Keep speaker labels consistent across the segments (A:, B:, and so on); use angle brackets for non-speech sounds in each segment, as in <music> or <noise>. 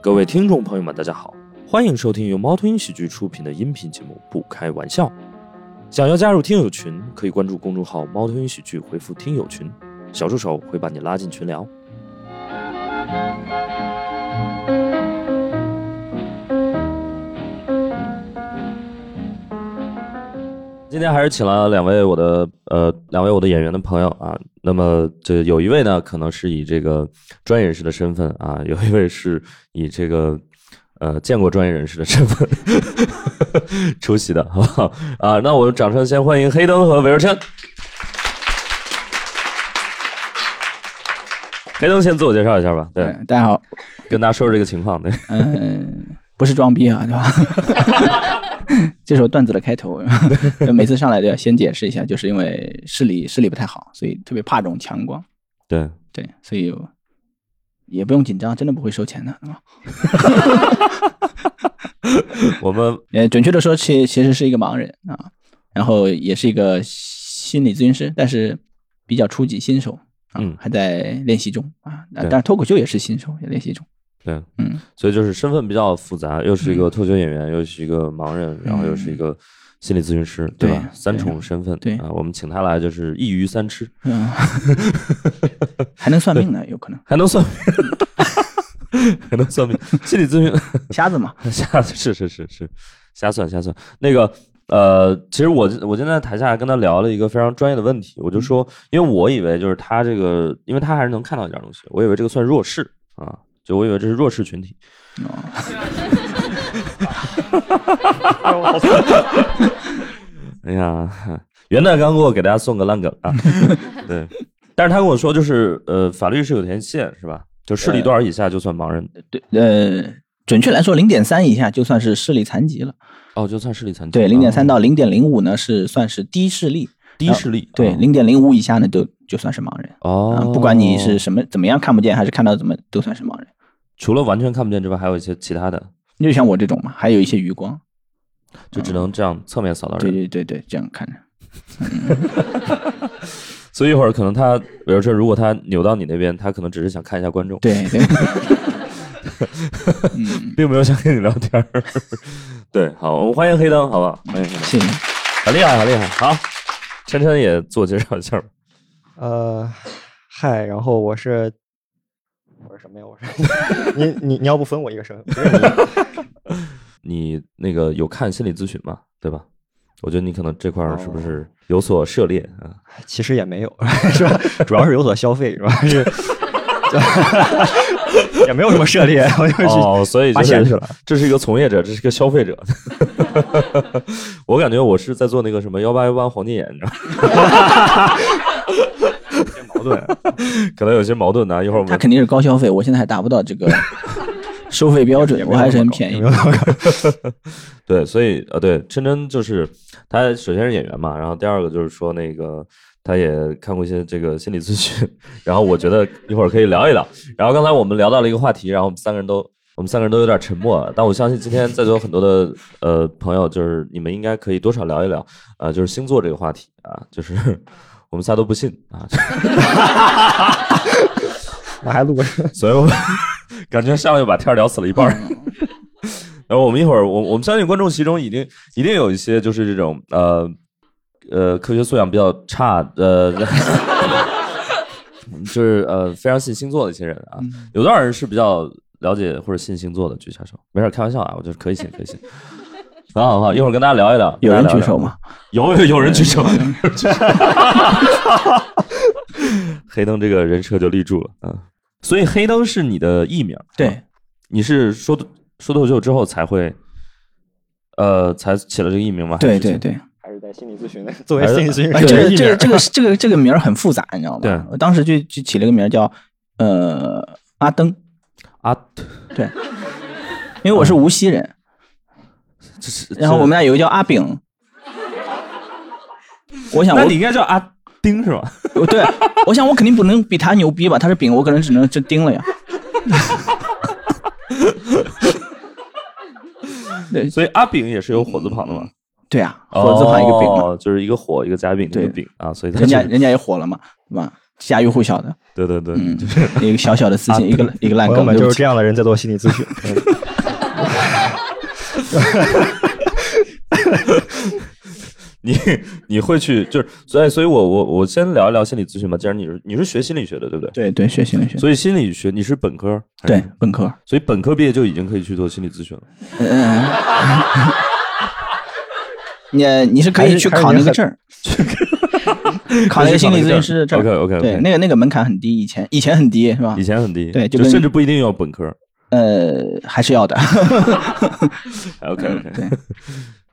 A: 各位听众朋友们，大家好，欢迎收听由猫头鹰喜剧出品的音频节目《不开玩笑》。想要加入听友群，可以关注公众号“猫头鹰喜剧”，回复“听友群”，小助手会把你拉进群聊。今天还是请了两位我的呃两位我的演员的朋友啊，那么这有一位呢，可能是以这个专业人士的身份啊， <laughs> 有一位是以这个呃见过专业人士的身份 <laughs> 出席的， <laughs> 好不好？啊，那我们掌声先欢迎黑灯和韦若琛。黑灯先自我介绍一下吧，对，
B: 嗯大家好，
A: 跟大家说说这个情况，对，
B: 嗯，不是装逼啊，对吧？这首段子的
A: <laughs>
B: 开头，每次上来都要先解释一下，就是因为视力视力不太好，所以特别怕这种强光。
A: <laughs> 对，
B: 对，所以我也不用紧张，真的不会收钱的啊。
A: <laughs> 我
B: <laughs>
A: 们
B: 呃，准确的说，其其实是一个盲人啊，然后也是一个心理咨询师，但是比较初级新手啊，
A: 嗯
B: 还在练习中啊。
A: 对
B: 但是脱口秀也是新手，也练习中。
A: 对，
B: 嗯，
A: 所以就是身份比较复杂，又是一个脱口秀演员，又是一个盲人，然后又是一个心理咨询师，对吧
B: 嗯对？
A: 三重身份，
B: 对
A: 啊，我们请他来就是一鱼三吃，
B: 嗯，还能算命
A: <laughs>
B: 呢，有可能
A: 还能算命， <laughs> 还能算命，心理咨询。
B: <laughs> 瞎子嘛。
A: <laughs> 瞎是是是是，瞎算瞎算。那个呃，其实我我今天在台下还跟他聊了一个非常专业的问题，我
B: 嗯
A: 就说，因为我以为就是他这个，因为他还是能看到一点东西，我以为这个算弱势啊，就我以为这是弱势群体。 <laughs> 哎呀，袁大刚给我给大家送个烂梗
B: <laughs>
A: 啊，对。但是他跟我说，就是呃，法律是有年限，是吧？就视力多少以下就算盲人？
B: 对，呃，准确来说，零点三以下就算是视力残疾了。
A: 哦，就算视力残疾。
B: 对，零点三
A: 哦
B: 到零点零五呢是算是低视力，呃
A: 低视力。
B: 对，
A: 哦
B: 零点零五以下呢就就算是盲人。啊，
A: 哦，
B: 不管你是什么怎么样看不见，还是看到怎么都算是盲人。
A: 除了完全看不见之外，还有一些其他的，
B: 就像我这种嘛，还有一些余光。
A: 就只能这样侧面扫到
B: 对
A: 人。
B: 对对对，这样看着。
A: <laughs> 所以一会儿可能他，比如说如果他扭到你那边，他可能只是想看一下观众，
B: 对
A: <laughs>
B: 对，嗯
A: 并没有想跟你聊天儿。对，好，我们欢迎黑灯，好不好？欢迎黑灯，
B: 谢谢。
A: 好厉害，好厉害。好，琛琛也自我介绍一下吧。
C: <laughs> 呃，嗨，然后我是我是什么呀？我是你你你要不分我一个身份？不是你
A: 你那个有看心理咨询吗？对吧？我觉得你可能这块儿
C: 哦
A: 是不是有所涉猎啊？
C: <laughs> 其实也没有，是吧？ <laughs> 主要是有所消费，是吧？ <laughs> 是，对也没有什么涉猎，我就是、
A: 哦，所以就
C: 花钱去
A: 是
C: 了
A: 这是一个从业者，这是一个
C: <laughs>
A: 消费者。我感觉我是在做那个什么幺八幺八黄金眼，你知道吗？
C: <laughs> 矛盾。
A: 可能有些矛盾啊呢、一会儿我
B: 他
A: 们
B: 肯定是高消费，我现在还达不到这个
A: <laughs>
B: 收费标准，我还是很便宜
C: 也没。有那么高
A: 对，所以呃，对，琛琛就是他，首先是演员嘛，然后第二个就是说那个他也看过一些这个心理咨询， <laughs> 然后我觉得一会儿可以聊一聊。然后刚才我们聊到了一个话题，然后我们三个人都我们三个人都有点沉默了，但我相信今天在座有很多的呃朋友，就是你们应该可以多少聊一聊，呃，就是星座这个话题啊，就是 <laughs> 我们仨都不信啊， <laughs>
B: <laughs>
C: 我还录过，
A: 所以我感觉上午就把天儿聊死了一半儿。 <laughs> 然后我们一会儿，我我们相信观众其中一定一定有一些就是这种呃呃科学素养比较差呃， <laughs> 就是呃非常信星座的一些人啊，
B: 嗯
A: 有多少人是比较了解或者信星座的？举下手，没事儿，开玩笑啊，我觉得可以信，可以信。很好，很好，一会儿跟大家聊一聊。
B: 有人
A: 跟大家
B: 举
A: 聊一聊
B: 手吗？
A: 有有有人举手， <laughs> 黑灯这个人设就立住了啊！所以黑灯是你的艺名，啊
B: 对，
A: 你是说说脱口秀之后才会，呃，才起了这个艺名吗？
B: 对
A: 还是哦
B: 对
A: 先
B: 对。
C: 还是在心理咨询的，作为
A: 还是
C: 心理咨询
B: 哎，
C: 师
B: 这
C: 的一
B: 个这
C: 名
B: 个
C: 儿
B: 这个这个这个名儿很复杂，你知道吗？
A: 对
B: 我当时就就起了个名儿叫呃阿登，
A: 啊，
B: 对，因为我是无锡人，
A: 这是
B: 然后我们俩有个叫阿炳，我
A: 这
B: 想
A: 那
B: 我
A: 你应该叫阿丁是吧？
B: 我对我想我肯定不能比他牛逼吧，他是炳，我可能只能这盯
A: <laughs>
B: 了呀。对
A: 所以阿炳也是有火字旁的嘛，
B: 对啊，火字旁一个炳嘛，
A: 哦，就是一个火一个加丙一个
B: 对
A: 丙啊，所以他
B: 人家
A: 就是
B: 人家也火了嘛，对吧？家喻户晓的。
A: 对对啊对，
B: 嗯，一个小小的私信，一个一个烂
C: 朋友
B: 梗，
C: 们
B: 对
C: 就
B: 不
C: 是
B: 起
C: 这样的人在做心理咨询。嗯
A: 你你会去就是，所以所以我我我先聊一聊心理咨询吧。既然你是你是学心理学的，对不对？
B: 对对，学心理学，
A: 所以心理学你是本科，还是
B: 对，本科。嗯
A: 所以本科毕业就已经可以去做心理咨询了。
B: <laughs> 你你是可以去考那个证儿，
C: <laughs>
B: 考那个心理咨询师的证儿。
A: OK，OK，OK
B: 对，那个那个门槛很低，以前以前很低是吧
A: 以？前很低，
B: 对就
A: 就
B: 跟
A: 甚至不一定要本科。
B: 呃，还是
A: <laughs>
B: 要的。
A: OK OK，
B: <laughs> 对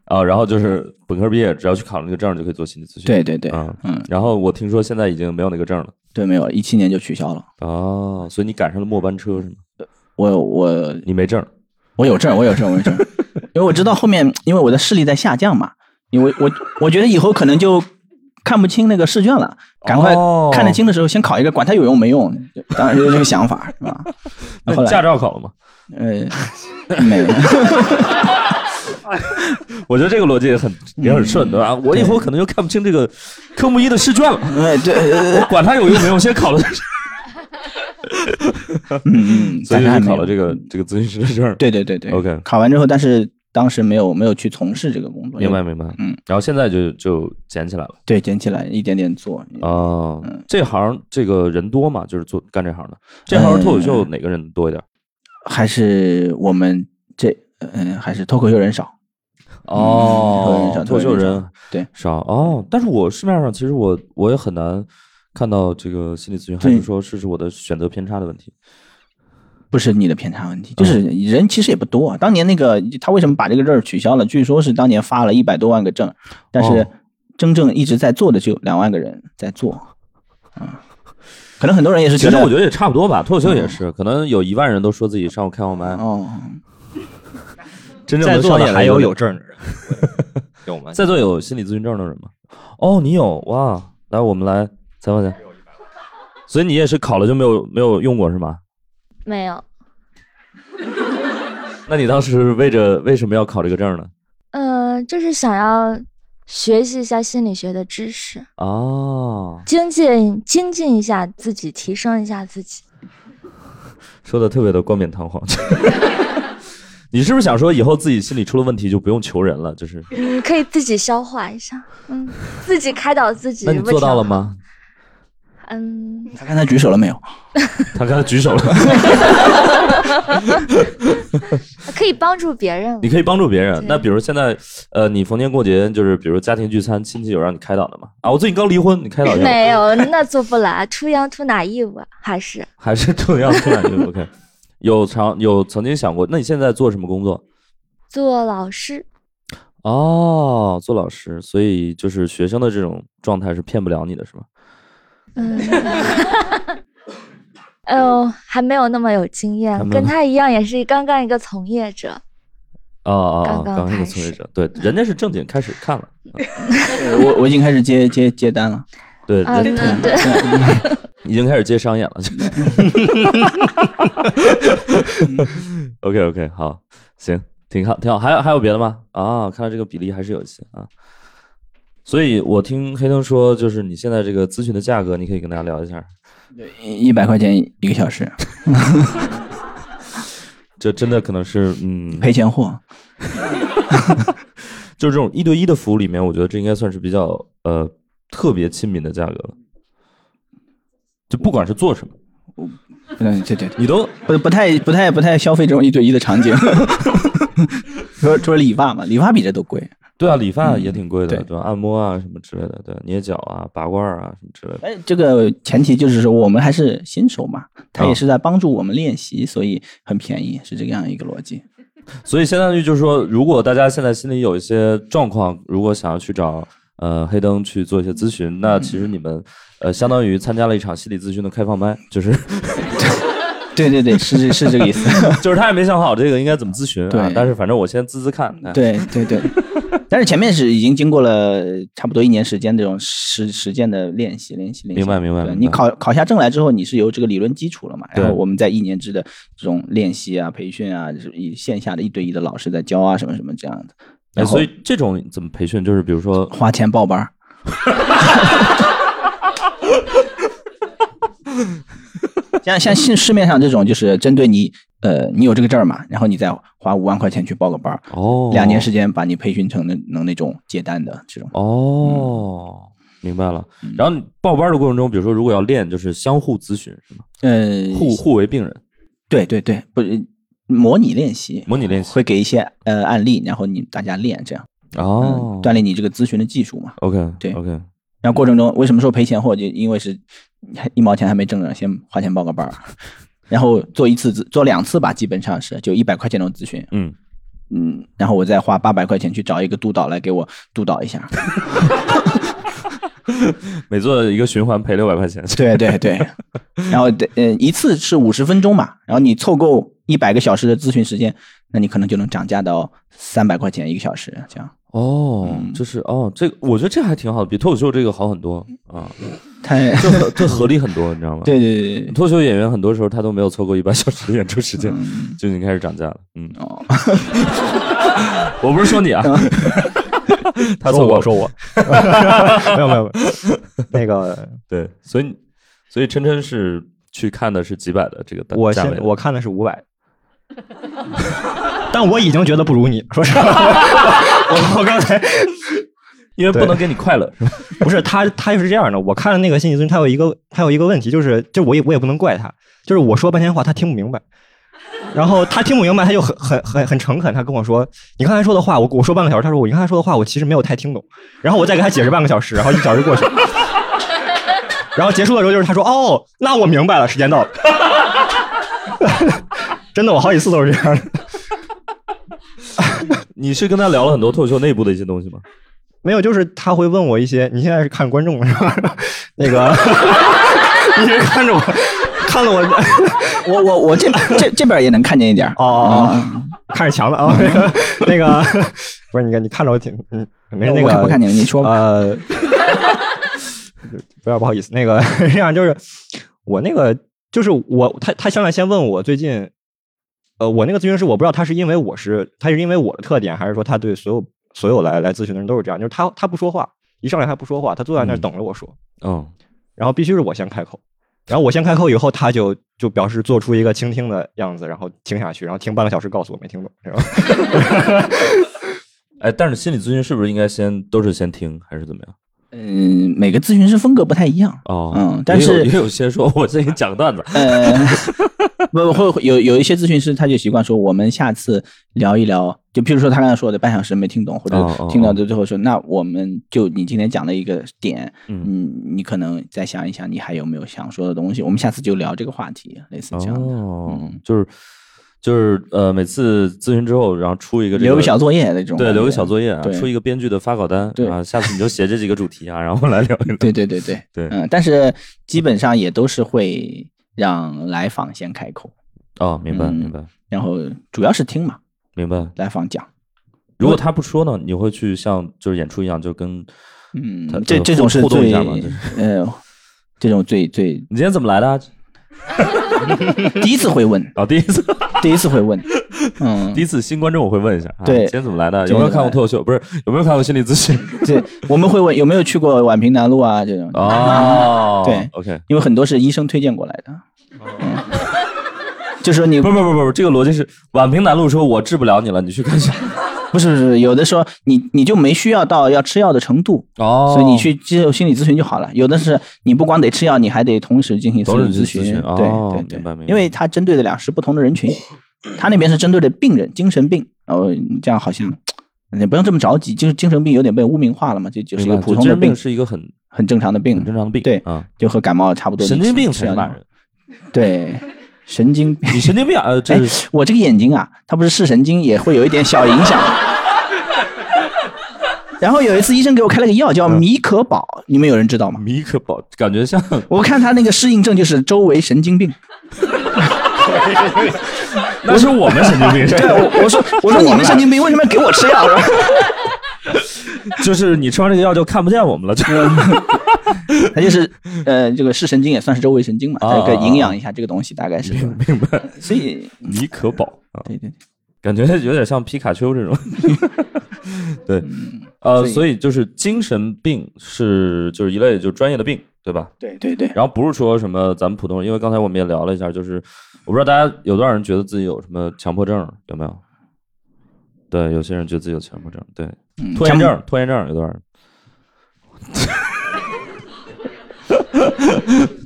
A: 啊，然后就是本科毕业，只要去考那个证就可以做心理咨询。
B: 对对对，
A: 啊，
B: 嗯，
A: 然后我听说现在已经没有那个证了。
B: 对，没有，一七年就取消了。
A: 哦，所以你赶上了末班车是吗？
B: 我我
A: 你没证，
B: 我有证儿，我有证儿，我有证儿，
A: <laughs>
B: 因为我知道后面，因为我的视力在下降嘛，因为我我觉得以后可能就看不清那个试卷了，赶快
A: 哦
B: 看得清的时候先考一个，管它有用没用，当然有这个想法是吧？
A: 那
B: 那后
A: 你驾
B: 来
A: 照考了吗？ <laughs>
B: 呃没有，
A: 我觉得这个逻辑也很
B: 嗯
A: 也很顺，对吧？我以后可能就看不清这个科目一的试卷了，
B: 呃对，
A: <laughs>
B: 呃
A: 我管它有用没用，先考
B: <laughs>
A: 了。
B: <laughs> 嗯嗯，
A: 所以
B: 暂时还
A: 就
B: 没
A: 考
B: 有嗯
A: 了这个这个咨询师的证。，
B: 对对对对
A: OK
B: 考完之后，但是当时没有没有去从事这个工作，
A: 明白？明白。
B: 嗯，
A: 然后现在就就捡起来了。
B: 对，捡起来一点点做，嗯
A: 哦，这行这个人多嘛，就是做干这行的。这行脱口秀哪个人多一点？
B: 还是我们这嗯、还是脱口秀人少，
A: 哦，
B: 嗯
A: 脱口
B: 脱口
A: 秀
B: 秀人少
A: 人
B: 对
A: 少哦。但是我市面上其实我我也很难看到这个心理咨询，还是
B: 对
A: 说是是我的选择偏差的问题。嗯
B: 不是你的偏差问题，就是人其实也不多。啊当年那个他为什么把这个证儿取消了？据说是当年发了一百多万个证，但是
A: 哦
B: 真正一直在做的就两万个人在做，啊、可能很多人也是
A: 其
B: 觉
A: 实
B: 得，嗯
A: 我觉得也差不多吧，脱口秀也是，可能有一万人都说自己上过开放麦，
B: 哦，
A: 真正
C: 在
A: 的
C: 座
A: 上
C: 的
A: 演
C: 还有
A: 有
C: 有证的人，有吗？
A: 在座 <laughs> 有心理咨询证的人吗？哦，你有哇！来，我们来采访一下。所以你也是考了就没有没有用过是吗？
D: 没有，
A: 那你当时为着为什么要考这个证呢？
D: 呃，就是想要学习一下心理学的知识，
A: 哦，
D: 精进精进一下自己，提升一下自己。
A: 说的特别的冠冕堂皇。 <laughs> 你是不是想说以后自己心里出了问题就不用求人了？就是，
D: 嗯，可以自己消化一下，嗯，自己开导自己。
A: 那你做到了？吗？
D: 嗯，
B: 他刚才举手了没有？
A: 他刚才举手了，
D: 可以帮助别人
A: 你。可以帮助别人。
D: 对
A: 那比如现在，呃，你逢年过节就是比如家庭聚餐，亲戚有让你开导的吗？啊，我最近刚离婚，你开导一下我。
D: 没有，那做不来，出洋出哪义务啊？还是
A: <laughs> 还是重要突然就 OK。有尝有曾经想过，那你现在做什么工作？
D: 做老师？
A: 哦，做老师，所以就是学生的这种状态是骗不了你的，是吗？ <laughs>
D: 嗯，哎呦，还没有那么有经
A: 还
D: 验，
A: 没有
D: 跟他一样，也是刚刚一个从业者。
A: 哦哦哦，
D: 刚刚
A: 刚是个
D: 开
A: 从业
D: 始
A: 者，对，人家是正经开始看 <laughs> 了，嗯
B: 对我我已经开始接接接单了，
A: 对，
D: 啊，
A: 人
D: 那对，
A: 嗯 <laughs> 已经开始接商演了。OK OK，好，行，挺好，挺好。还有还有别的吗？啊，看来这个比例还是有一些啊。所以我听黑灯说，就是你现在这个咨询的价格，你可以跟大家聊一下。
B: <laughs> 一百块钱一个小时，
A: <laughs> 这真的可能是，嗯，
B: 赔钱货。
A: 就是这种一对一的服务里面，我觉得这应该算是比较呃特别亲民的价格了。就不管是做什么，
B: 嗯，对对对，
A: 你都
B: 不不太不太不太消费这种一对一的
A: <laughs>
B: 场景。 <laughs> 除了除了理发嘛，理发比这都贵。
A: 对啊，理发也挺贵的，
B: 嗯对
A: 吧？按摩啊什么之类的，对，捏脚啊、拔罐啊什么之类的。
B: 哎，这个前提就是说我们还是新手嘛，他
A: 啊
B: 也是在帮助我们练习，所以很便宜，是这样一个逻辑。
A: 所以相当于就是说，如果大家现在心里有一些状况，如果想要去找呃黑灯去做一些咨询，那其实你们呃相当于参加了一场心理咨询的开放麦，就是
B: 对对对，是是是这个意思。
A: <laughs> 就是他也没想好这个应该怎么咨询啊
B: 对，
A: 但是反正我先滋滋看。哎 <laughs>
B: 对对对，但是前面是已经经过了差不多一年时间这种实实践的练习，练习练习。
A: 明白明白
B: 对
A: 明白
B: 你考考下证来之后，你是有这个理论基础了嘛？然后
A: 对
B: 我们在一年制的这种练习啊、培训啊，就是以线下的一对一的老师在教啊，什么什么这样的。
A: 哎，
B: 然后
A: 所以这种怎么培训？就是比如说
B: 花钱报班儿。像像市市面上这种，就是针对你，呃，你有这个证儿嘛，然后你再花五万块钱去报个班儿，
A: 哦，
B: 两年时间把你培训成能能那种接单的这种。嗯
A: 哦，明白了。然后你报班的过程中，比如说如果要练，就是相互咨询是吗？
B: 呃，
A: 互互为病人，
B: 对对对，不是模拟练习，
A: 模拟练习
B: 会给一些呃案例，然后你大家练这样，
A: 哦
B: 嗯，锻炼你这个咨询的技术嘛。
A: OK，
B: 对
A: OK，
B: 然后过程中为什么说赔钱货？就因为是还一毛钱还没挣着，先花钱报个班儿， <laughs> 然后做一次咨做两次吧，基本上是就一百块钱的咨询，
A: 嗯，
B: 嗯，然后我再花八百块钱去找一个督导来给我督导一下。
A: 每做一个循环赔六百块钱，
B: 对对对，然后得嗯一次是五十分钟嘛，然后你凑够一百个小时的咨询时间，那你可能就能涨价到三百块钱一个小时这样。
A: 哦，
B: 嗯
A: 就是哦，这个我觉得这还挺好的，比脱口秀这个好很多啊，
B: 太
A: 这合这合 <laughs> 理很多，你知道吗？，
B: 对对对对，
A: 脱口秀演员很多时候他都没有错过一百小时的演出时间，
C: 嗯
A: 就已经开始涨价了。嗯，
B: 哦，
A: <laughs> 我不是说
C: <laughs>
A: 你啊，他错
C: 说
A: 过
C: 我
A: 了
C: 说我， <laughs> 没有没有，没有
A: <laughs>
C: 那个
A: 对，所以你所以琛琛是去看的是几百的这个单
C: 我
A: 价位
C: 现
A: 的
C: 我看的是五百， <laughs> 但我已经觉得不如你，说实话， <laughs> 我我刚才
A: 因为不
C: 对
A: 能给你快
C: <laughs>
A: 乐是吧？
C: 不是他，他就是这样的。我看了那个心理咨询，他有一个他有一个问题，就是就我也我也不能怪他，就是我说半天话他听不明白，然后他听不明白，他就很很很很诚恳，他跟我说你刚才说的话，我我说半个小时，他说我你刚才说的话我其实没有太听懂，然后我再给他解释半个小时，然后一小时过去，然后结束的时候就是他说哦，那我明白了，时间到了。 <laughs> 真的，我好几次都是这样的。
A: 你是跟他聊了很多脱口秀内部的一些东西吗？
C: 没有，就是他会问我一些，你现在是看观众是吧？ <laughs> 那个，你是看着我，看了我，
B: <laughs> 我我我这这这边也能看见一点儿嗯
C: 哦哦，哦，看着墙了啊、那个，不是你看，你看着我挺，嗯，没事，那
B: 我
C: 个
B: 看不看见了你说吧
C: 呃， <laughs> 有点不好意思，那个这样就是我那个就是我他他上来先问我最近，呃，我那个咨询师我不知道他是因为我是他是因为我的特点，还是说他对所有所有来来咨询的人都是这样，就是他他不说话，一上来他不说话，他坐在那儿
A: 嗯
C: 等着我说，
A: 嗯，
C: 然后必须是我先开口，然后我先开口以后，他就就表示做出一个倾听的样子，然后听下去，然后听半个小时，告诉我没听懂，是吧？ <laughs>
A: 哎，但是心理咨询是不是应该先都是先听还是怎么样？
B: 嗯，每个咨询师风格不太一样。
A: 哦，
B: 嗯但
A: 也有
B: 是
A: 也有些说我这里讲段子，
B: 呃， <laughs> 不会会有有一些咨询师他就习惯说，我们下次聊一聊，就譬如说他刚才说的半小时没听懂，或
A: 哦哦
B: 者听到的最后说，那我们就你今天讲的一个点，
A: 嗯，
B: 嗯，你可能再想一想，你还有没有想说的东西，我们下次就聊这个话题，类似这样的，
A: <laughs> 哦
B: 嗯，
A: 就是就是呃，每次咨询之后，然后出一个这
B: 留个小作业那种，
A: 对，留个小作业啊，
B: 对
A: 出一个编剧的发稿单
B: 对
A: 啊，下次你就写这几个主题啊，然后来聊一聊。
B: 对对对对
A: 对
B: 嗯，但是基本上也都是会让来访先开口，
A: 哦，明白
B: 嗯
A: 明白
B: 然后主要是听嘛，
A: 明白。
B: 来访讲。
A: 如果他不说呢，你会去像就是演出一样，就跟
B: 嗯
A: 他，
B: 这
A: 就
B: 这种
A: 互
B: 是
A: 互动一
B: 最
A: 下嘛就是
B: 呃，这种最最
A: 你今天怎么来的啊？
B: <laughs> 第一次会问，
A: 啊，第一次
B: 第一次会
A: <laughs>
B: 问，嗯
A: 第，一次新观众我会问一下，啊
B: 对
A: 今天怎么来的？
B: 今
A: 有
B: 天
A: 没有看
B: 怎
A: 过
B: 么来
A: 脱口秀？不是，有没有看过心理咨询？
B: 对，我们会问有没有去过宛平南路啊这种， <laughs>
A: 哦，
B: 对
A: ，OK，
B: 因为很多是医生推荐过来的，嗯， <laughs> 就说你
A: 哦不是不是不是不是，这个逻辑是宛平南路说我治不了你了，你去看一下。
B: <laughs> 不是不是，有的时候你你就没需要到要吃药的程度，
A: 哦
B: 所以你去接受心理咨询就好了。有的是你不光得吃药，你还得同时进行
A: 同
B: 心
A: 时进
B: 理咨
A: 行咨
B: 询
A: 询。哦
B: 对对
A: 明白明
B: 对，
A: 白
B: 因为它针对的俩是不同的人群，他那边是针对的病人，精神病。然后这样好像你不用这么着急，就是精神病有点被污名化了嘛，就就是一
A: 明白
B: 个普
A: 就
B: 通
A: 精
B: 的
A: 神病
B: 病，
A: 是一个很
B: 很正常的病
A: 很，正常的病，
B: 对
A: 啊，
B: 就和感冒差不多。
A: 神经病
B: 吃
A: 才
B: 药
A: 是
B: 就
A: 骂
B: 好
A: 人。，
B: 对，神经病。
A: 你神经病啊！呃这
B: 哎
A: 是，
B: 我这个眼睛啊，它不是视神经也会有一点小影
A: <laughs>
B: 响。然后有一次，医生给我开了个药叫米可保，你们有人知道吗？
A: 米嗯可宝，感觉像
B: 我看他那个适应症就是周围神经病。
A: 那是我们神经病，
B: <laughs> 对，我我说我说你们神经病为什么要给我吃药？
A: <laughs> 就是你吃完这个药就看不见我们了，就是
B: <laughs> 他就是呃，这个视神经也算是周围神经嘛，
A: 啊
B: 这个营养一下这个东西大概是。
A: 明白？
B: 所以，
A: 米可宝啊，
B: 嗯对对对，
A: 感觉有点像皮卡丘
B: <laughs>
A: 这种。对，呃，
B: 嗯
A: 呃
B: 所以
A: 所以就是精神病是就是一类就专业的病，对吧？
B: 对对对，
A: 然后不是说什么咱们普通人，因为刚才我们也聊了一下，就是我不知道大家有多少人觉得自己有什么强迫症，有没有？对，有些人觉得自己有强迫症，对，
B: 嗯
A: 拖延症，拖延症有多少人？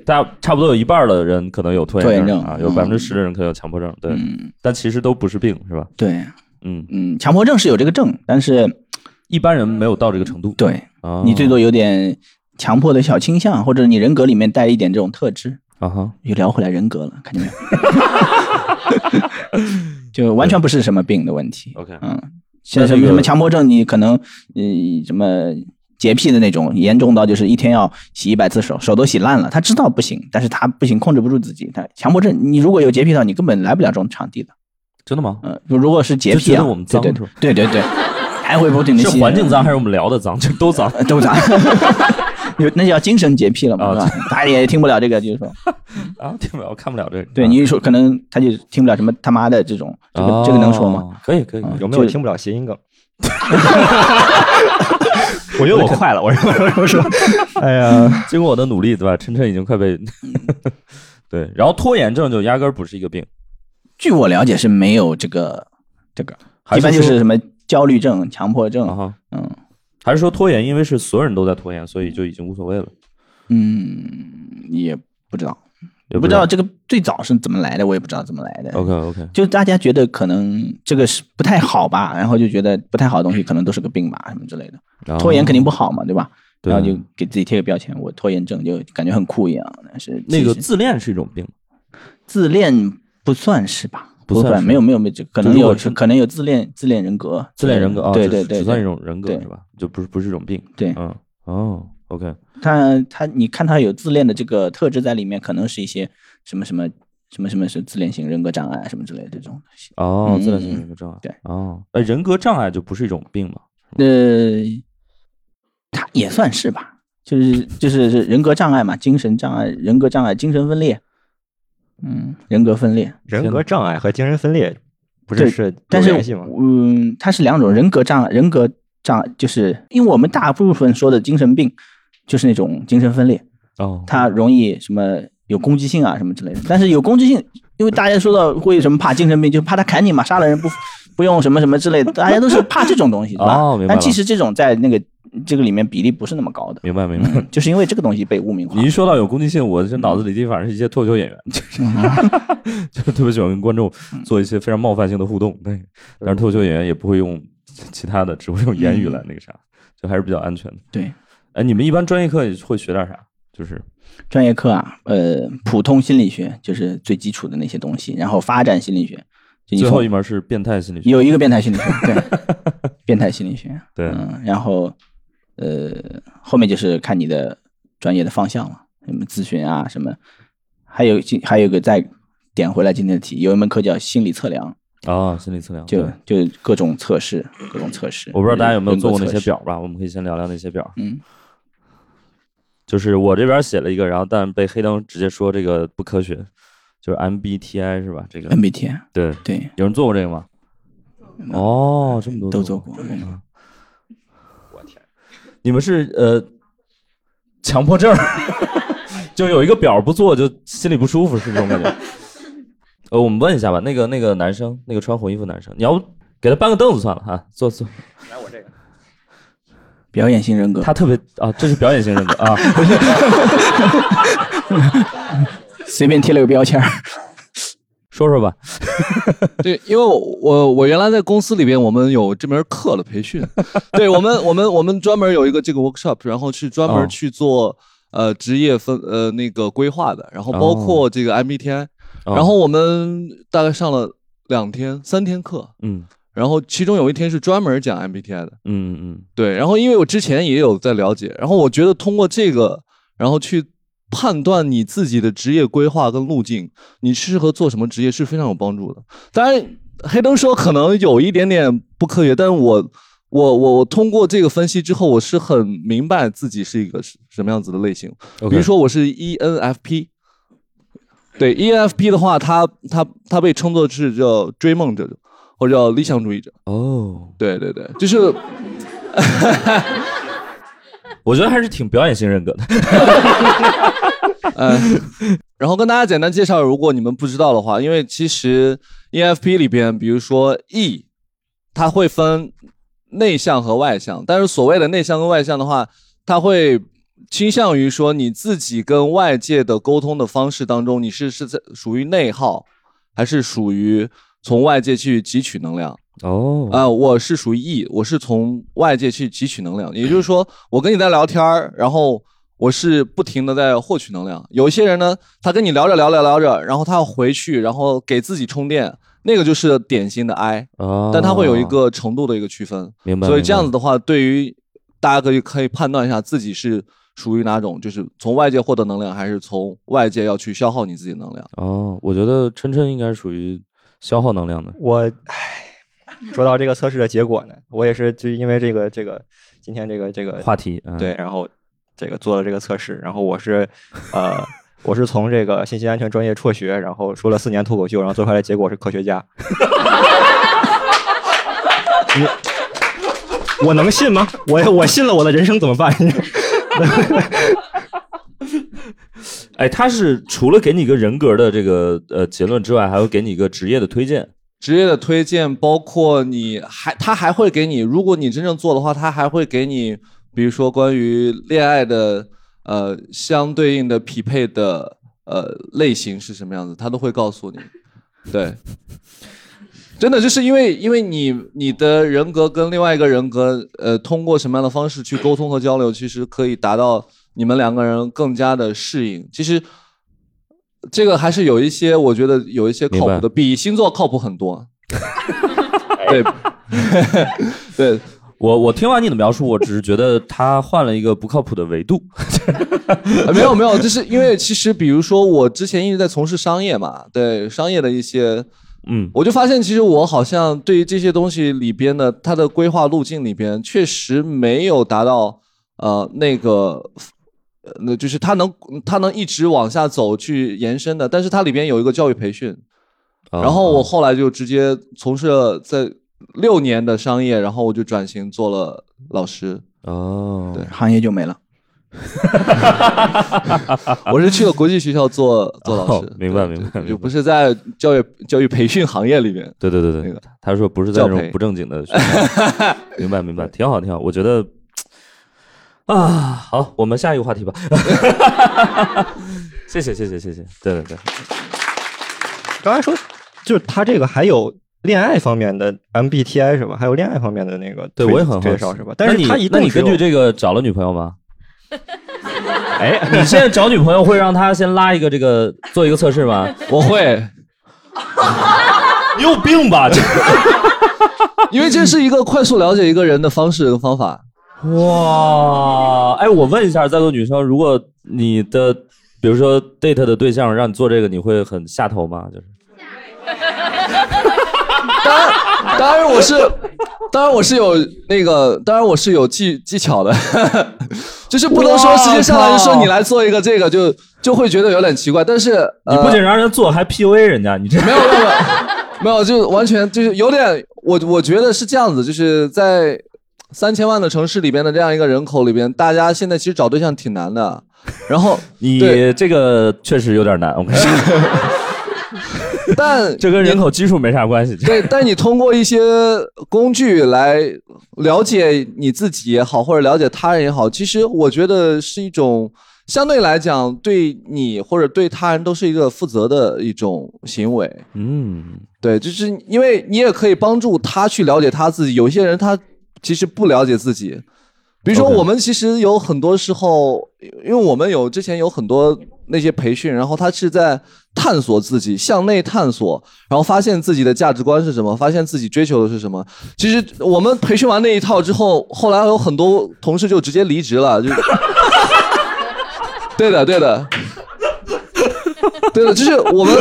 A: 大家差不多有一半的人可能有拖
B: 拖
A: 延
B: 延
A: 症
B: 症
A: 啊，有
B: 嗯
A: 百分之十的人可能有强迫症，对，
B: 嗯，
A: 但其实都不是病，是吧？
B: 对，
A: 嗯，
B: 嗯，强迫症是有这个症，但是
A: 一般人没有到这个程度，
B: 对
A: 啊，
B: 你最多有点强迫的小倾向，或者你人格里面带一点这种特质。
A: 啊哈，
B: 又聊回来人格了，看见没有？ <laughs> 就完全不是什么病的问题。
A: OK
B: 嗯，像什么什么强迫症，你可能呃什么洁癖的那种，严重到就是一天要洗一百次手，手都洗烂了。他知道不行，但是他不行，控制不住自己。他强迫症，你如果有洁癖的话，你根本来不了这种场地的。
A: 真的吗？
B: 嗯，如果是洁
A: 就
B: 癖
A: 觉
B: 啊，
A: 得我们脏
B: 对
A: 是吧
B: 对对对对，还会不停的
A: 是环境脏还是我们聊的脏？就都脏。
B: <laughs> 呃，都咋？有那叫精神洁癖了嘛，
A: 啊
B: 是吧？他也听不了这个，就是说，
A: 啊，听不了，看不了这个。
B: 对，你一说可能他就听不了什么他妈的这种，这个这个能说吗？
A: 哦？可以，可以，可以
B: 嗯
C: 有没有
B: 就
C: 听不了谐音梗？我觉得我快了，我说我
A: <laughs>
C: 说，哎呀，
A: 经过我的努力，对吧？晨晨已经快被
B: 嗯
A: <laughs> 对，然后拖延症就压根儿不是一个病，
B: 据我了解是没有这个这个，
A: 还
B: 一般就
A: 说
B: 是什么焦虑症、强迫症
A: 啊，哈，
B: 嗯
A: 还是说拖延，因为是所有人都在拖延，所以就已经无所谓了。
B: 嗯，也不知道，
A: 也
B: 不知道这个最早是怎么来的，我也不知道怎么来的。
A: OK OK，
B: 就 <laughs> 大家觉得可能这个是不太好吧，然后就觉得不太好的东西可能都是个病吧，什么之类的。拖延肯定不好嘛，对吧？
A: 哦对
B: 然后就给自己贴个标签，我拖延症，就感觉很酷一样。但是
A: 那个
B: 其实
A: 自恋是一种病，
B: 自恋不算是吧？
A: 不算是
B: 没有没有没有，这可能
A: 就如果
B: 有
A: 是
B: 可能有自恋自恋人格，
A: 自恋人格啊，
B: 嗯对
A: 只
B: 对
A: 是
B: 对，
A: 只算
B: 对
A: 一种人格
B: 对
A: 是吧？就不是不是一种病。
B: 对
A: 嗯，哦，OK，
B: 他他，你看他有自恋的这个特质在里面，可能是一些什么什么什么什么是自恋型人格障碍啊什么之类的这种东西。
A: 哦，
B: 嗯
A: 自恋型人格障碍，
B: 对，
A: 哦，哎，人格障碍就不是一种病嘛？
B: 呃，他也算是吧，就是就是是人格障碍嘛，精神障碍、人格障碍、精神分裂，嗯，人格分裂。
C: 人格障碍和精神分裂不是
B: 对
C: 是有
B: 但是
C: 联系吗？
B: 嗯，它是两种人格障碍，人格障碍就是因为我们大部分说的精神病就是那种精神分裂，
A: 哦，
B: 它容易什么有攻击性啊什么之类的。但是有攻击性，因为大家说到为什么怕精神病，就怕他砍你嘛，杀了人不不用什么什么之类的，大家都是怕这种东西，对吧？
A: 哦明白了
B: 但其实这种在那个这个里面比例不是那么高的，嗯
A: 明白明白。
B: 就是因为这个东西被污名化嗯
A: 你。一说到有攻击性，我这脑子里第一反应是一些脱口秀演员，就是、 <laughs> 就是特别喜欢跟观众
B: 嗯
A: 做一些非常冒犯性的互动。对，但是脱口秀演员也不会用其他的，只会用言语来那个啥，就还是比较安全的。
B: 嗯对，
A: 哎，你们一般专业课会学点啥？就是
B: 专业课啊，呃，普通心理学就是最基础的那些东西，然后发展心理学，就你
A: 最
B: 从
A: 后一门是变态心理学，
B: 有一个变态心理学，
A: <laughs>
B: 对，变态心理学，
A: 对
B: 嗯，然后呃，后面就是看你的专业的方向了，什么咨询啊，什么，还有今还有一个再点回来今天的题，有一门课叫心理测量，
A: 啊、心理测量。
B: 就
A: 对
B: 就各种测试，各种测试。
A: 我不知道大家有没有做过那
B: 人
A: 些
B: 格测试？
A: 表吧？我们可以先聊聊那些表。
B: 嗯，
A: 就是我这边写了一个，然后但被黑灯直接说这个不科学，就是 MBTI 是吧？这个
B: MBTI
A: 对，
B: 对，嗯
A: 有人做过这个吗？哦，这么多
B: 都做过。嗯
A: 啊你们是呃强迫症儿， <laughs> 就有一个表儿不做就心里不舒服，是这种感觉。呃，我们问一下吧，那个那个男生，那个穿红衣服男生，你要不给他搬个凳子算了啊，坐坐。
C: 来我这个，
B: 表演型人格，
A: 他特别啊，这是表演型人格啊， <laughs>
B: 随便贴了个
A: <laughs>
B: 标签儿。
A: 说说吧。
E: <laughs> 对，因为我我我原来在公司里边，我们有这门课的培训。对我们，我们我们专门有一个这个 workshop，然后去专
A: 哦
E: 门去做、呃职业分呃那个规划的，然后包括这个 MBTI，、
A: 哦
E: 然后我们大概上了两天三天课，
A: 嗯
E: 然后其中有一天是专门讲 MBTI 的。
A: 嗯嗯
E: 对，然后因为我之前也有在了解，然后我觉得通过这个，然后去判断你自己的职业规划跟路径，你适合做什么职业是非常有帮助的。当然，黑灯说可能有一点点不科学，但是我我我我通过这个分析之后，我是很明白自己是一个什什么样子的类型。
A: ，OK，
E: 比如说我是 E ENFP，对，E ENFP 的话，它它它被称作是叫追梦者或者叫理想主义者。
A: 哦，
E: 对对对，就是
A: <laughs> 我觉得还是挺表演型人格
E: <laughs>
A: 的。
E: 嗯，然后跟大家简单介绍，如果你们不知道的话，因为其实 E ENFP 里边，比如说 E，它会分内向和外向，但是所谓的内向跟外向的话，它会倾向于说你自己跟外界的沟通的方式当中，你是是在属于内耗，还是属于从外界去汲取能量？
A: 哦
E: 啊、我是属于 E，我是从外界去汲取能量，也就是说，我跟你在聊天儿，然后我是不停的在获取能量。有一些人呢，他跟你聊着聊着聊着，然后他要回去，然后给自己充电，那个就是典型的 I，、
A: 哦
E: 但他会有一个程度的一个区分。
A: 明白
E: 所以
A: 明
E: 这样
A: 白
E: 子的话，对于大家可以可以判断一下自己是属于哪种，就是从外界获得能量，还是从外界要去消耗你自己的能量。
A: 哦，我觉得琛琛应该属于消耗能量的。
C: 我唉，说到这个测试的结果呢，我也是就因为这个这个今天这个这个
A: 话题嗯
C: 对，然后这个做了这个测试，然后我是呃我是从这个信息安全专业辍学，然后说了四年脱口秀，然后做出来的结果是科学家。 <laughs> 你我能信吗？我我信了，我的人生怎么办？ <laughs>
A: 哎，他是除了给你一个人格的这个呃结论之外，还会给你一个职业的推荐。
E: 职业的推荐，包括你还他还会给你，如果你真正做的话，他还会给你，比如说关于恋爱的呃相对应的匹配的呃类型是什么样子，他都会告诉你。对，真的就是因为因为你你的人格跟另外一个人格，呃，通过什么样的方式去沟通和交流，其实可以达到你们两个人更加的适应。其实这个还是有一些，我觉得有一些靠
A: 明
E: 谱
A: 白
E: 的，比星座靠谱
A: <laughs>
E: 很多。 <laughs> 对，对
A: <laughs> 我我听完你的描述，我只是觉得他换了一个不靠谱的维
E: <laughs>
A: 度。
E: 呃没有没有，就是因为其实比如说我之前一直在从事商业嘛，对商业的一些，
A: 嗯，
E: 我就发现其实我好像对于这些东西里边的它的规划路径里边，确实没有达到呃那个。呃那就是它能，它能一直往下走去延伸的，但是它里边有一个教育培训，
A: 啊
E: 然后我后来就直接从事了在六年的商业，然后我就转型做了老师。
A: 哦，对，
B: 行业就没了。
E: 我是去了国际学
A: <laughs>
E: 校做做老师，
A: 啊哦明白
E: 对
A: 明白
E: 对
A: 明白
E: 就不是在教育教育培训行业里面。
A: 对对对
E: 那
A: 对
E: 个，
A: 他说不是在这
E: 教
A: 种
E: 培
A: 不正经的学
E: <laughs>
A: 校，明白明白，挺好挺好，我觉得啊，好，我们下一个话
E: <laughs>
A: 题吧，谢谢谢谢谢谢，对对对，
C: 刚才说，就是他这个还有恋爱方面的 MBTI 是吧？还有恋爱方面的那个
A: 对
C: 推
A: 我也很好
C: 介
A: 奇
C: 绍是吧？但是
A: 那
C: 他
A: 你
C: 一
A: 那
C: 共
A: 你
C: 只有
A: 根据这个找了女朋友
E: <laughs>
A: 吗？
C: 哎，
A: 你现在找女朋友会让她先拉一个这个做一个测试吗？
E: 我会，
A: 你有病吧？ <laughs> 这
E: 因为这是一个快速了解一个人的方式跟方法。
A: 哇，哎，我问一下在座女生，如果你的比如说 date 的对象让你做这个，你会很下头吗？就是
E: 当然，当然我是，当然我是有那个，当然我是有技技巧的， <laughs> 就是不能说
A: 哇
E: 直接上来就说
A: 靠
E: 你来做一个这个就就会觉得有点奇怪。但是
A: 你不
E: 呃
A: 仅让人做，还 PUA 人家，你这
E: 没有没有没有，没有，就是完全就是有点，我我觉得是这样子，就是在三千万的城市里边的这样一个人口里边，大家现在其实找对象挺难的。然后对，
A: 你这个确实有点难，我跟你说， <laughs>
E: 但
A: 这跟人口基数没啥关系。
E: 对，但你通过一些工具来了解你自己也好，或者了解他人也好，其实我觉得是一种相对来讲对你或者对他人都是一个负责的一种行为。
A: 嗯，
E: 对，就是因为你也可以帮助他去了解他自己。有些人他其实不了解自己，比如说
A: OK
E: 我们其实有很多时候，因为我们有之前有很多那些培训，然后他是在探索自己，向内探索，然后发现自己的价值观是什么，发现自己追求的是什么。其实我们培训完那一套之后，后来有很多同事就直接离职了，就。对的，对的，对的，就是我们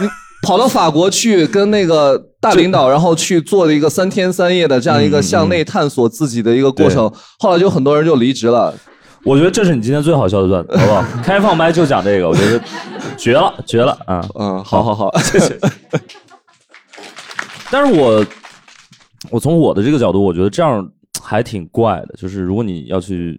E: 你跑到法国去跟那个大领导，然后去做了一个三天三夜的这样一个向内探索自己的一个过程，后来就很多人就离职了。
A: 我觉得这是你今天最好笑的段子，好不
E: <laughs>
A: 好？开放麦就讲这个，我觉得绝了，绝了啊！
E: 嗯，好好好，谢谢。
A: <laughs> 但是我我从我的这个角度，我觉得这样还挺怪的，就是如果你要去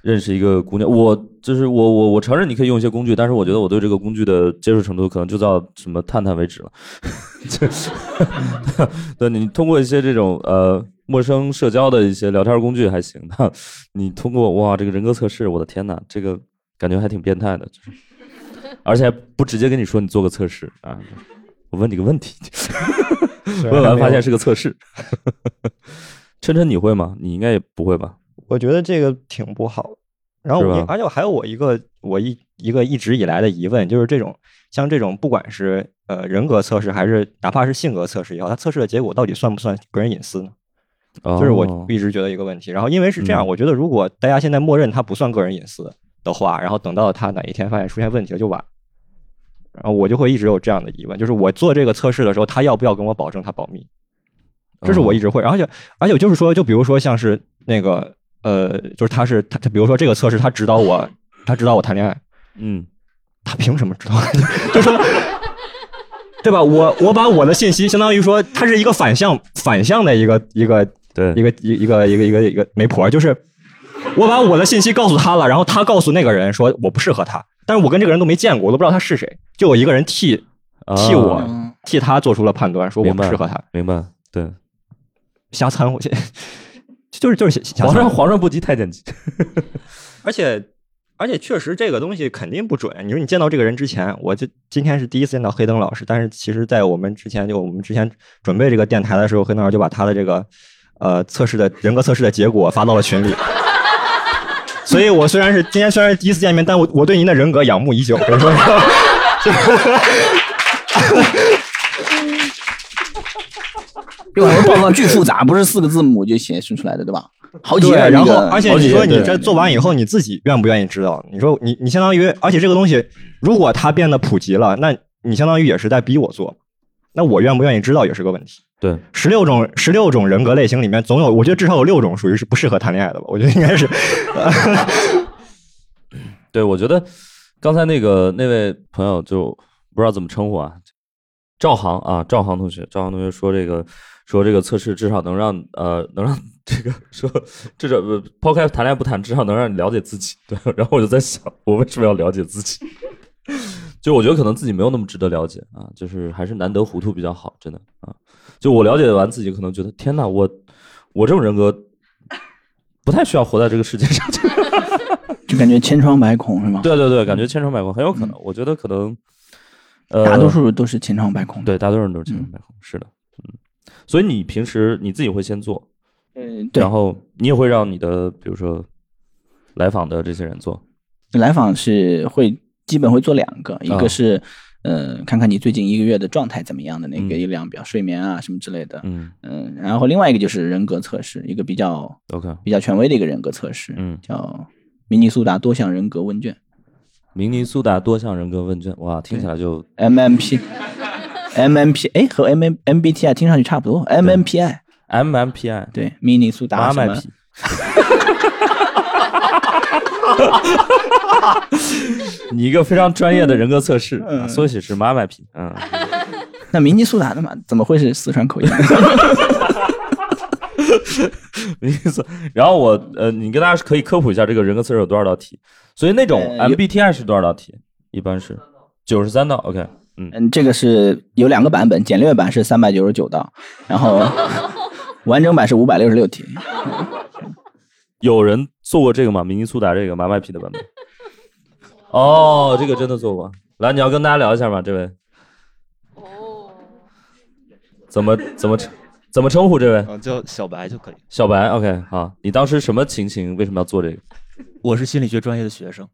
A: 认识一个姑娘，我就是我我我承认你可以用一些工具，但是我觉得我对这个工具的接受程度可能就到什么探探为止了。 <laughs> 就是 <laughs> 对你通过一些这种呃陌生社交的一些聊天工具还行的， <laughs> 你通过哇这个人格测试，我的天呐，这个感觉还挺变态的，就是 <laughs> 而且还不直接跟你说你做个测试啊，我问你个问题， <laughs>
C: 啊
A: 问完发现是个测
C: <laughs>
A: 试。琛琛你会吗？你应该也不会吧？
C: 我觉得这个挺不好。然后
A: 是吧
C: 我，而且我还有我一个我一一个一直以来的疑问，就是这种像这种不管是呃人格测试还是哪怕是性格测试也好，它测试的结果到底算不算个人隐私呢？
A: 就
C: 就是我一直觉得一个问题。然后因为是这样，
A: 嗯
C: 我觉得如果大家现在默认它不算个人隐私的话，然后等到它哪一天发现出现问题了就晚了。然后我就会一直有这样的疑问，就是我做这个测试的时候，他要不要跟我保证他保密？这是我一直会，而且而且我就是说，就比如说像是那个呃，就是他是他，他比如说这个测试，他指导我，他指导我谈恋爱，
A: 嗯
C: 他凭什么指导？ <laughs> 就说对吧？我我把我的信息，相当于说，它是一个反向反向的一个一个
A: 对
C: 一个一一个一个一个一个媒婆，就是我把我的信息告诉他了，然后他告诉那个人说我不适合他，但是我跟这个人都没见过，我都不知道他是谁，就我一个人替替
A: 啊
C: 我、
B: 嗯
C: 替他做出了判断，说我
A: 明
C: 不
A: 白
C: 适合他，
A: 明白对
C: 瞎掺和，就是就是瞎掺
A: 皇
C: 和
A: 上皇上不急太监急
C: 而且而且确实这个东西肯定不准。你说你见到这个人之前，我就今天是第一次见到黑灯老师，但是其实，在我们之前就我们之前准备这个电台的时候，黑灯老师就把他的这个呃测试的人格测试的结果发到了群里。 <laughs> 所以，我虽然是今天虽然是第一次见面，但我我对您的人格仰慕已久。我说 <laughs>
B: 因为我们报告巨复杂，不是四个字母就显示出来的，对吧？好几
C: 对，
B: 页那个，
C: 然后而且
B: 好几
C: 你
B: 页
C: 说你
B: 对
C: 这做完以后，你自己愿不愿意知道？你说你你相当于，而且这个东西如果它变得普及了，那你相当于也是在逼我做，那我愿不愿意知道也是个问题。
A: 对
C: 十六种十六种人格类型里面，总有我觉得至少有六种属于是不适合谈恋爱的吧？我觉得应 <laughs> 该是，
A: 对，我觉得刚才那个那位朋友就不知道怎么称呼啊，赵航啊，赵航同学，赵航同学说这个说这个测试至少能让呃能让这个说至少呃抛开谈恋爱不谈，至少能让你了解自己。对，然后我就在想，我为什么要了解自己？ <laughs> 就我觉得可能自己没有那么值得了解啊，就是还是难得糊涂比较好，真的啊。就我了解完自己，可能觉得天哪，我我这种人格不太需要活在这个世界上。
B: 就感觉千疮百孔是吗？嗯
A: 对对对，感觉千疮百孔很有可能，我觉得可能，呃，
B: 大多数都是千疮百孔。，
A: 对大多数人都是千疮百孔，是的，嗯，所以你平时你自己会先做，
B: 嗯，对
A: 然，后你也会让你的比如说来访的这些人做，
B: 嗯来访是会基本会做两个，一
A: 啊
B: 个是、呃看看你最近一个月的状态怎么样的那个
A: 嗯
B: 一量表，睡眠啊什么之类的，
A: 嗯
B: 嗯，然后另外一个就是人格测试，一个比较
A: ，OK，
B: 比较权威的一个人格测试，
A: 嗯，
B: 叫明尼苏达多项人格问卷
A: 明尼苏达多项人格问卷，哇，听起来就
B: （MMP）。MMP 哎和 M M B T I 听上去差不多，MMPI
A: MMPI，
B: 对，明尼苏达
A: 妈
B: 什
A: 卖
B: 么
A: 批，你一个非常专业的人格测试，
B: 嗯
A: 啊缩写是妈卖批，嗯，
B: 那明尼苏达的嘛，怎么会是四川口
A: <laughs>
B: 音？
A: 意思。然后我呃，你跟大家可以科普一下这个人格测试有多少道题。所以那种
B: 呃有
A: MBTI 是多少道题？一般是九十三道。OK，嗯，
B: 嗯，这个是有两个版本，简略版是三百九十九道，
C: <laughs>
B: 然后完整版是五百六十六题。
A: 有人做过这个吗？明尼苏达这个麻麦皮的版本？哦，这个真的做过。来，你要跟大家聊一下吗？这位？哦，怎么怎么称怎么称呼这位
E: 啊，叫小白就可以。
A: 小白？OK，好，你当时什么情形？为什么要做这个？
F: 我是心理学专业的学生，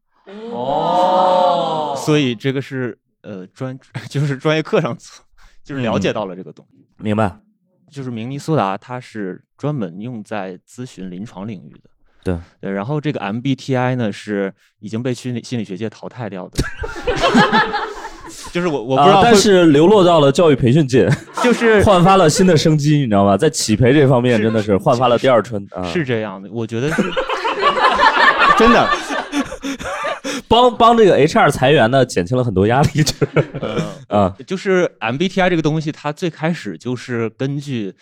F: 哦，所以这个是呃专 <laughs> 就是专业课上做，就是了
A: 嗯
F: 解到了这个东西。
A: 明白？
F: 就是明尼苏达，它是专门用在咨询临床领域的。
A: 对
F: 对，然后这个 MBTI 呢是已经被心理心理学界淘汰掉的， <laughs> 就是我我不知
A: 啊
F: 道、，
A: 但是流落到了教育培训界。
F: <laughs> 就是
A: <laughs> 焕发了新的生机，你知道吗？在企培这方面
F: 是
A: 真的是焕发了第二春啊！
F: 是这样的，我觉得
A: <laughs>
F: 是真的，
A: 帮帮这个 HR 裁员呢减轻了很多压力，这 <laughs>
F: 呃，
A: 啊
F: 就是 MBTI 这个东西，它最开始就是根据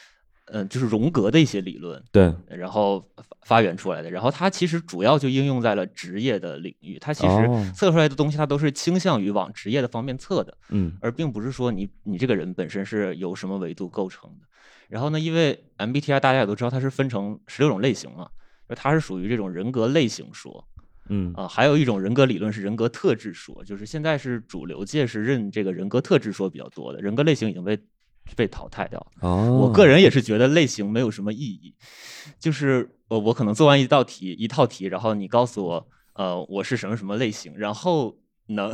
F: 呃，就是荣格的一些理论，
A: 对，
F: 然后发发源出来的。然后它其实主要就应用在了职业的领域，它其
A: 哦
F: 实测出来的东西，它都是倾向于往职业的方面测的。
A: 嗯
F: 而并不是说你你这个人本身是由什么维度构成的。然后呢，因为 MBTI 大家也都知道它是分成十六种类型嘛，就它是属于这种人格类型说
A: 嗯
F: 啊、还有一种人格理论是人格特质说，就是现在是主流界是认这个人格特质说比较多的，人格类型已经被被淘汰掉了。
A: 哦，
F: 我个人也是觉得类型没有什么意义，就是呃，我可能做完一道题一套题，然后你告诉我，呃，我是什么什么类型，然后呢，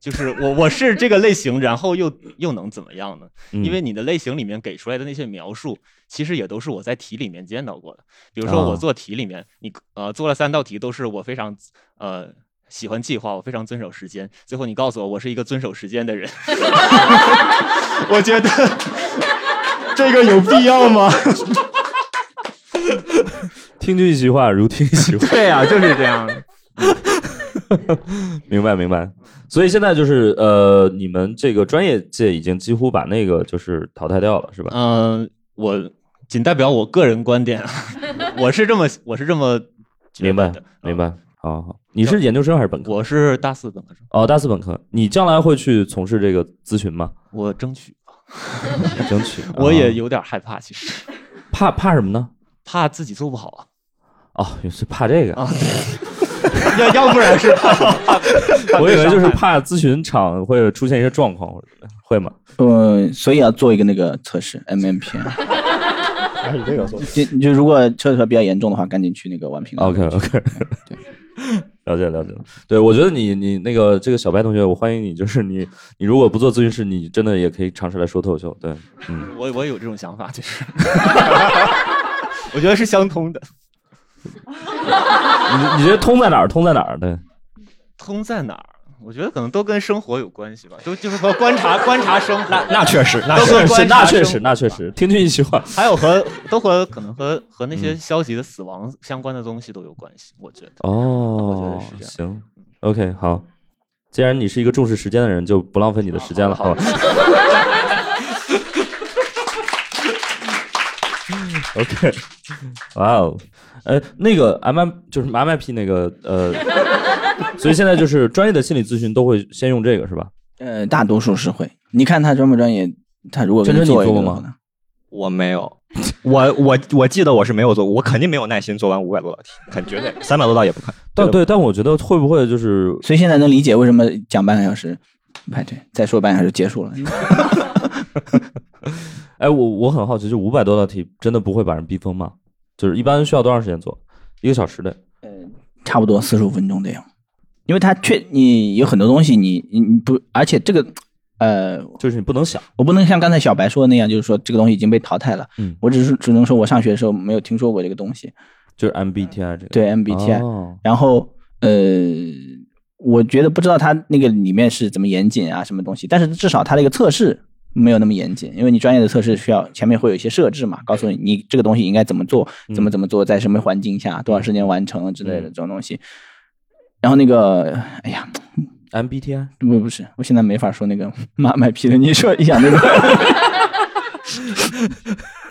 F: 就是我我是这个类型，然后又又能怎么样呢？
A: 嗯
F: 因为你的类型里面给出来的那些描述，其实也都是我在题里面见到过的。比如说
A: 哦
F: 我做题里面，你呃做了三道题，都是我非常呃。喜欢计划，我非常遵守时间。最后你告诉我，我是一个遵守时间的人。 <laughs> 我觉得这个有必
A: <laughs>
F: 要吗？
A: 听君一席话，如听一席话。
F: <laughs> 对呀、就是这样。
A: <laughs> 明白明白。所以现在就是呃，你们这个专业界已经几乎把那个就是淘汰掉了，是吧？
F: 嗯、我仅代表我个人观点，我是这么我是这么觉
A: 明
F: 得
A: 白
F: 的。嗯
A: 明白。好好，你是研究生还是本科？
F: 我是大四本科生，
A: 哦，大四本科。你将来会去从事这个咨询吗？
F: 我争取，
A: <laughs> 争取。
F: <laughs> 我也
A: 有
F: 有点害怕，其实
A: 怕怕什么呢？
F: 怕自己做不好啊。
A: 哦，原来是怕这个。
F: 啊要要不然是怕 <laughs> 怕
A: 我以为就是
F: 被伤害
A: 怕咨询场会出现一些状况，或者会吗？
B: 呃，所以要做一个那个测试 MMPI。
C: 还 <laughs> 是这个做。
B: 啊就就如果测出来比较严重的话，赶紧去那个玩评。
A: 啊 OK <laughs> OK，了解了解。对，我觉得你你那个这个小白同学，我欢迎你。就是你你如果不做咨询师，你真的也可以尝试来说脱口秀。对，嗯，
F: 我我有这种想法，其实我觉得是相通的。
A: 你你觉得通在哪儿？通在哪儿？对，
F: 通 <laughs> 在哪儿？我觉得可能都跟生活有关系吧，都就是和观察观察生活，
C: 那确实，那
F: 都
C: 确
F: 和
C: 实
F: 观察
A: 那确
F: 生
A: 实，
F: 活
A: 那确实，听君一席话。
F: 还有和都和可能和和那些
A: 嗯
F: 消极的死亡相关的东西都有关系，我觉得。
A: 哦
F: 我觉，得是
A: 行，OK，好。既然你是一个重视时间的人，就不浪费你的时间了，好吧？OK，哇哦，呃，那个 M M 就是 M M P 那个呃， <laughs> 所以现在就是专业的心理咨询都会先用这个是吧？
B: 呃，大多数是会。你看他专不专业？他如果给
A: 真真你
B: 做一
A: 做
B: 个
A: 过
B: 的
A: 吗
B: 话呢
C: 我没有，我我我记得我是没有做，我肯定没有耐心做完五百多道题，肯绝对三百多道也不看。
A: 但
C: 对
A: 对，但我觉得会不会就是
B: 所以现在能理解为什么讲半个小时不排队，再说半个小时结束了。
A: <laughs> 哎，我我很好奇，就五百多道题，真的不会把人逼疯吗？就是一般需要多长时间做？一个小时的。
B: 差不多四十五分钟得有，因为它确你有很多东西你你你不，而且这个呃，
A: 就是你不能想，
B: 我不能像刚才小白说的那样，就是说这个东西已经被淘汰了。
A: 嗯
B: 我只是只能说我上学的时候没有听说过这个东西。
A: 就是 MBTI 这个
B: 对 MBTI，、
A: 哦
B: 然后呃，我觉得不知道它那个里面是怎么严谨啊，什么东西，但是至少它那个测试没有那么严谨，因为你专业的测试需要前面会有一些设置嘛，告诉你你这个东西应该怎么做，怎么怎么做，在什么环境下，多长时间完成之类的
A: 嗯
B: 这种东西。然后那个，哎呀，
A: MBTI
B: 不不是，我现在没法说那个 <laughs> 妈卖批的，你说一想那个。 <laughs>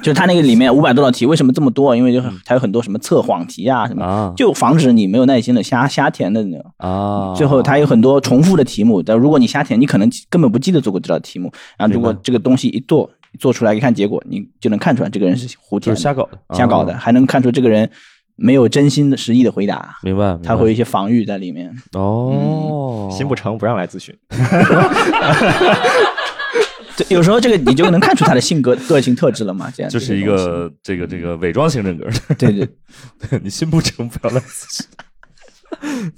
B: 就是它那个里面五百多道题，为什么这么多？因为就很它有很多什么测谎题啊，什么
A: 嗯啊
B: 就防止你没有耐心的瞎瞎填的那种。
A: 啊，
B: 最后它有很多重复的题目，但如果你瞎填，你可能根本不记得做过这道题目。然后如果
A: 明白
B: 这个东西一做做出来，一看结果，你就能看出来这个人是胡
A: 就
B: 填
A: 是
B: 的、
A: 瞎搞的，
B: 瞎搞的，
A: 哦，
B: 还能看出这个人没有真心的实意的回答，
A: 明白，明白
B: 他会有一些防御在里面。嗯
A: 哦，
C: 心不诚不让来咨询，
B: <laughs> 对，有时候这个你就能看出他的性格个性特质了嘛，这样
A: 就是一个这个这个伪装型人格，
B: 这个东西嗯 <laughs> 对对
A: <laughs> 你心不诚不要来咨询，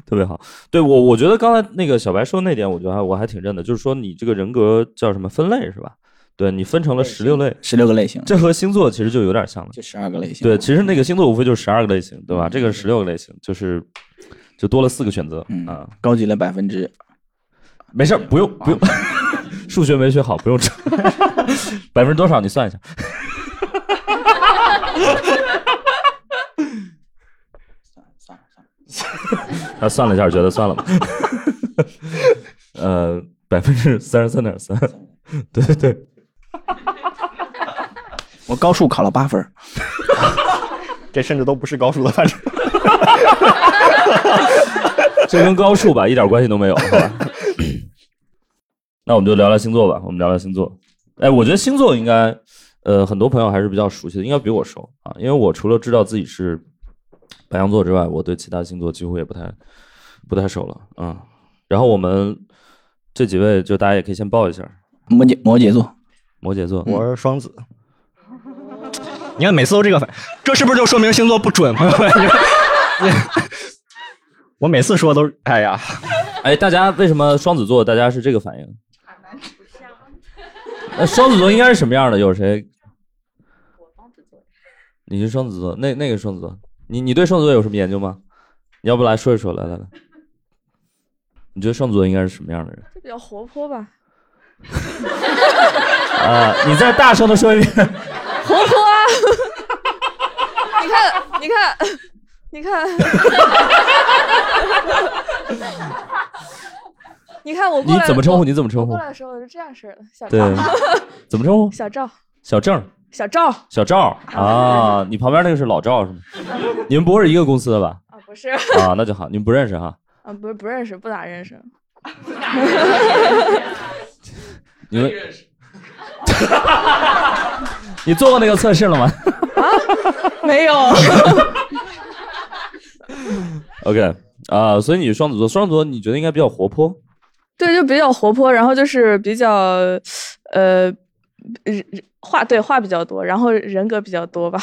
A: <laughs> 特别好。对我，我觉得刚才那个小白说那点，我觉得还我还挺认的，就是说你这个人格叫什么分类是吧？对你分成了十六类，
B: 十六个类型，
A: 这和星座其实就有点像了。
B: 就十二个类型。
A: 对，其实那个星座无非就是十二个类型，对吧？这个十六个类型，就是就多了四个选择、
B: 嗯
A: 啊。
B: 高级了百分之哦
A: 没事儿，不用不用， <laughs> 数学没学好，不用查。 <laughs> 百分之多少？你算一下。 <laughs> 他算了一下，觉得算了吧。呃， <laughs> 百分之三十三点三，对对对。
B: <laughs> 我高数考了八分儿，
C: 这甚至都不是高数的范畴。
A: <laughs> 这跟高数吧一点关系都没有，好吧？那我们就聊聊星座吧，我们聊聊星座。哎，我觉得星座应该，呃，很多朋友还是比较熟悉的，应该比我熟啊，因为我除了知道自己是白羊座之外，我对其他星座几乎也不太不太熟了啊。然后我们这几位就大家也可以先报一下，
B: 摩羯摩羯座，
A: 摩羯座，
C: 我是双子。 <laughs> 你看每次都这个反，这是不是就说明星座不准，朋友们？ <laughs> 你们我每次说都是，哎呀，
A: 哎，大家为什么双子座大家是这个反应？
G: 啊
A: 那双子座应该是什么样的？有谁？你是双子座，那那个双子座，你你对双子座有什么研究吗？你要不来说一说，来来来，你觉得双子座应该是什么样的人？
G: 就比较活泼吧，
A: 啊、你再大声的说一遍。
G: 活泼啊！你看，你看，你看，你看我过
A: 你
G: 来，
A: 怎么称呼？
G: 我
A: 你怎么称
G: 我
A: 呼
G: 过？来的时候我就这样式儿的，小
A: 对哦
G: 赵，，
A: 怎么称呼？
G: 小赵，
A: 小郑、
G: 小赵
A: 小赵啊，你旁边那个是老赵是吗？你们不是一个公司的吧？
G: 啊，不是，
A: 啊，那就好，你们不认识哈。
G: 啊，不是不认识，不咋认识， <laughs>
A: 你们， <laughs> 你做过那个测试了吗
G: 没有，
A: <laughs> ？OK 啊、所以你双子座，双子座你觉得应该比较活泼，
G: 对，就比较活泼，然后就是比较，呃，人话对话比较多，然后人格比较多吧，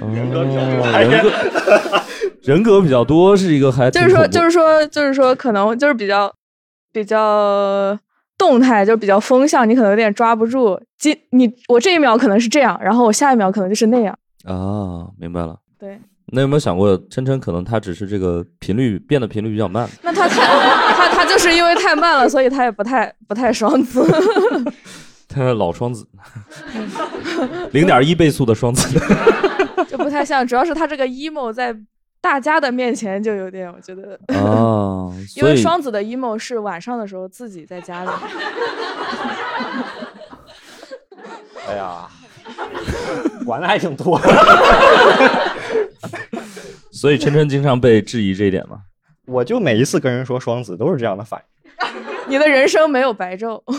A: 人格比较多，哦人 <laughs> 格人格比较多是一个
G: <laughs>
A: 还
G: 就是说，
A: 挺恐怖
G: 就是说，就是说，可能就是比较比较动态，就比较风向，你可能有点抓不住。今你我这一秒可能是这样，然后我下一秒可能就是那样。
A: 啊，明白了。
G: 对，
A: 那有没有想过，琛琛可能他只是这个频率变得频率比较慢？
G: 那他太他他就是因为太慢了，所以他也不太不太双子。
A: 他是老双子，零点一倍速的双子。
G: <laughs>
A: <laughs>
G: 就不太像，主要是他这个 emo 在大家的面前就有点，我觉得，
A: 啊，
G: 因
A: 所
G: 为
A: 以
G: 双子的 emo 是晚上的时候自己在家里，
C: 哎呀，管的还挺多。
A: 所以琛琛经常被质疑这一点嘛。
C: <laughs> 我就每一次跟人说双子都是这样的反应。
G: 你的人生没有白昼。 <laughs>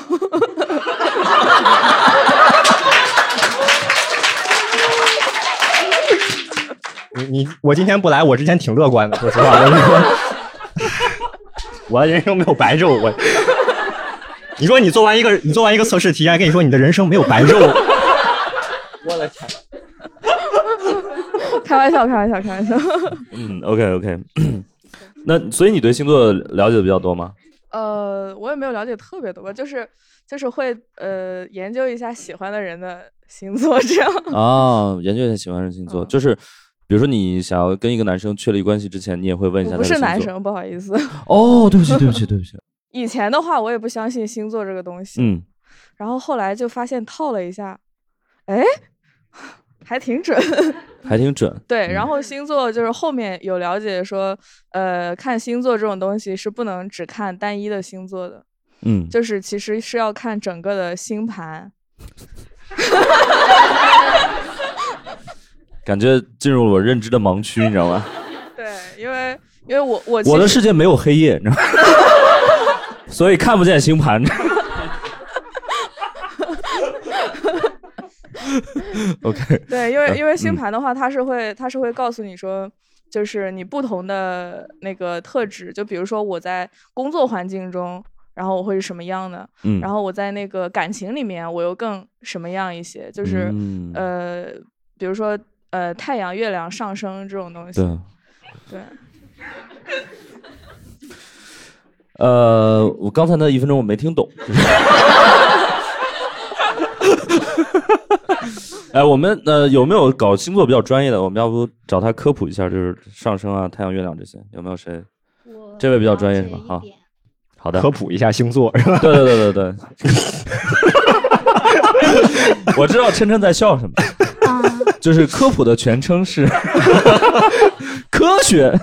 C: 你你我今天不来，我之前挺乐观的，说实话， <laughs> 我就说，我的人生没有白昼，我。你说你做完一个你做完一个测试题，还跟你说你的人生没有白昼，
G: 开玩笑，开玩笑，开玩笑。
A: 嗯，OK OK 。 <coughs> 那所以你对星座了解的比较多吗？
G: 呃，我也没有了解特别多吧，就是就是会呃研究一下喜欢的人的星座这样。 <laughs>
A: 啊，研究一下喜欢的星座，
G: 嗯
A: 就是比如说你想要跟一个男生确立关系之前，你也会问一
G: 我
A: 下
G: 不
A: 他的
G: 是
A: 星座
G: 男生，不好意思。
A: 哦，对不起，对不起，对不起。
G: 以前的话，我也不相信星座这个东西，
A: 嗯，
G: 然后后来就发现套了一下，哎，还挺准。 <laughs>
A: 还挺 <laughs> 准。
G: 对，
A: 嗯
G: 然后星座就是后面有了解说，呃，看星座这种东西是不能只看单一的星座的，
A: 嗯，
G: 就是其实是要看整个的星盘。
A: 感觉进入了我认知的盲区，你知道吗？
G: 对，因为因为我我其
A: 我的
G: 实
A: 世
G: <laughs>
A: 界没有黑夜，你知道吗？ <laughs> 所以看不见星盘。OK， <laughs>
G: 对，因为因为
A: 嗯
G: 星盘的话，它是会它是会告诉你说，就是你不同的那个特质，就比如说我在工作环境中，然后我会是什么样的，
A: 嗯，
G: 然后我在那个感情里面我又更什么样一些，就是、
A: 嗯
G: 呃，比如说呃太阳、月亮上升这种东西，
A: 对。
G: 对
A: 呃，我刚才那一分钟我没听懂。 <laughs> 哎，我们呃有没有搞星座比较专业的？我们要不找他科普一下，就是上升啊、太阳、月亮这些，有没有谁？这位比较专业是吧？好，好的
C: 科，普一下星座是吧？
A: 对对对对
C: <laughs>
A: 对。我知道琛琛在笑什么，
D: 啊，
A: 就是科普的全称是
C: 啊
A: <laughs> 科学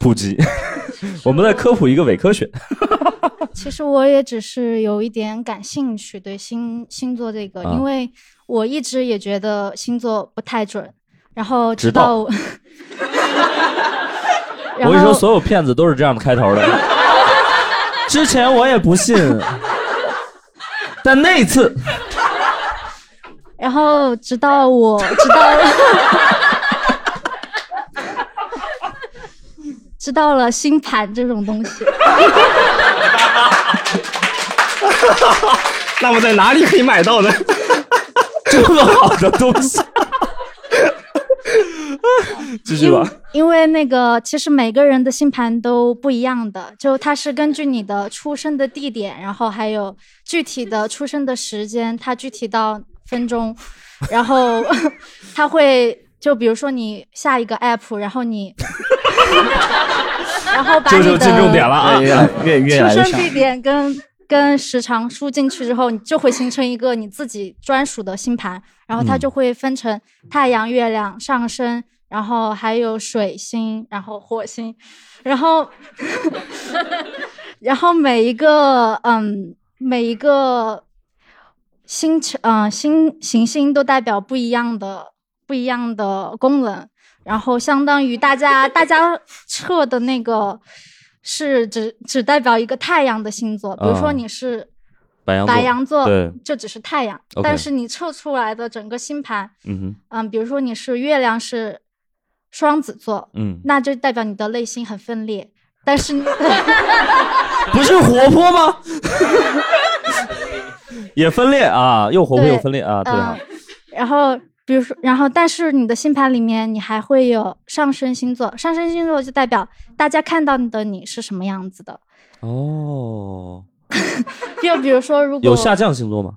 A: 普及，我们在科普一个伪科学。
H: <laughs> 其实我也只是有一点感兴趣对星星座这个，
A: 啊
H: 因为我一直也觉得星座不太准，然后直
A: 直到
H: 到 <laughs> 我然
A: 我跟你
H: 后
A: 说，所有骗子都是这样的开头的。之前我也不信，但那一次
H: 然后直到我直到
A: <laughs>
H: 知道了星盘这种东西，
C: 那我在哪里可以买到呢？
A: <laughs> 这么好的东西， <laughs> 继续吧。
H: 因为那个其实每个人的星盘都不一样的，就它是根据你的出生的地点，然后还有具体的出生的时间，它具体到分钟，然后 <laughs> 它会就比如说你下一个 app，然后你，然后把
A: 这
H: 你的
A: 就进重点了啊！
B: 哎
A: <laughs>
B: 越越
H: 出
B: 来越
H: 生
B: 像
H: 地点跟跟时长输进去之后，你就会形成一个你自己专属的星盘，然后它
A: 嗯
H: 就会分成太阳、月亮、上升，然后还有水星，然后火星，然后 <laughs> 然后每一个嗯每一个星辰嗯星行星都代表不一样的不一样的功能，然后相当于大家大家测的那个是只只代表一个太阳的星座，比如
A: 啊
H: 说你是
A: 白羊座
H: 白羊座，
A: 对，
H: 就只是太阳
A: OK
H: 但是你测出来的整个星盘，
A: 嗯哼，
H: 嗯，比如说你是月亮是双子座，
A: 嗯，
H: 那就代表你的内心很分裂，但
A: <laughs>
H: 是你
A: 不是活泼吗？ <laughs> 也分裂啊，又活泼又分裂啊，特别好
H: 嗯。，然后比如说，然后但是你的星盘里面你还会有上升星座，上升星座就代表大家看到的你是什么样子的。
A: 哦，
H: 就比如说，嗯如果
A: 有下降星座吗？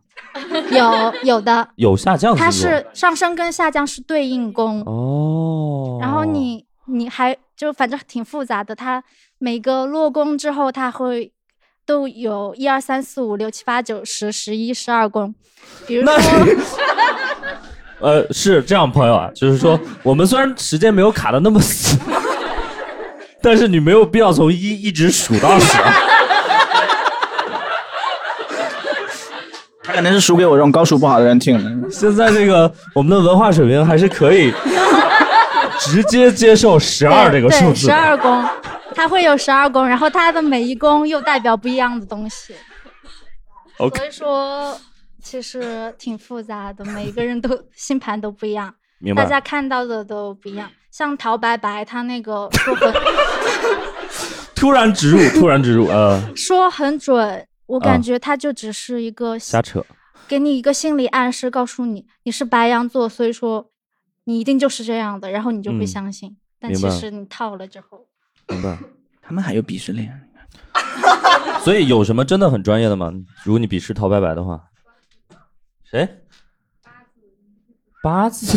H: 有有的，
A: 有下降星座。啊
H: 它是上升跟下降是对应宫，
A: 哦，
H: 然后你你还就反正挺复杂的，它每个落宫之后，它会都有一二三四五六七八九十十一十二宫，比如
A: 那
H: 说。
A: 呃是这样，朋友啊，就是说我们虽然时间没有卡的那么死，但是你没有必要从一一直数到十。
B: <laughs> 他可能是数给我这种高数不好的人听的。
A: 现在这个我们的文化水平还是可以直接接受十二这个数字
H: 十
A: 的。
H: 二宫，它会有十二宫，然后它的每一宫又代表不一样的东西。
A: OK
H: 所以说，其实挺复杂的，每一个人都星盘都不一样，
A: <laughs> 明
H: 大
A: 白。
H: 家看到的都不一样。像陶白白，他那个说很 <laughs>
A: 突然植入，突然植入，呃，
H: 说很准，我
A: 啊
H: 感觉他就只是一个
A: 瞎扯。
H: 给你一个心理暗示，告诉你你是白羊座，所以说你一定就是这样的，然后你就会
A: 嗯
H: 相信。但
A: 明
H: 其
A: 白
H: 实你套了之后。
A: 明白。
B: <laughs> 他们还有鄙视链，
A: <laughs> 所以有什么真的很专业的吗？如果你鄙视陶白白的话，谁？八字。 <laughs>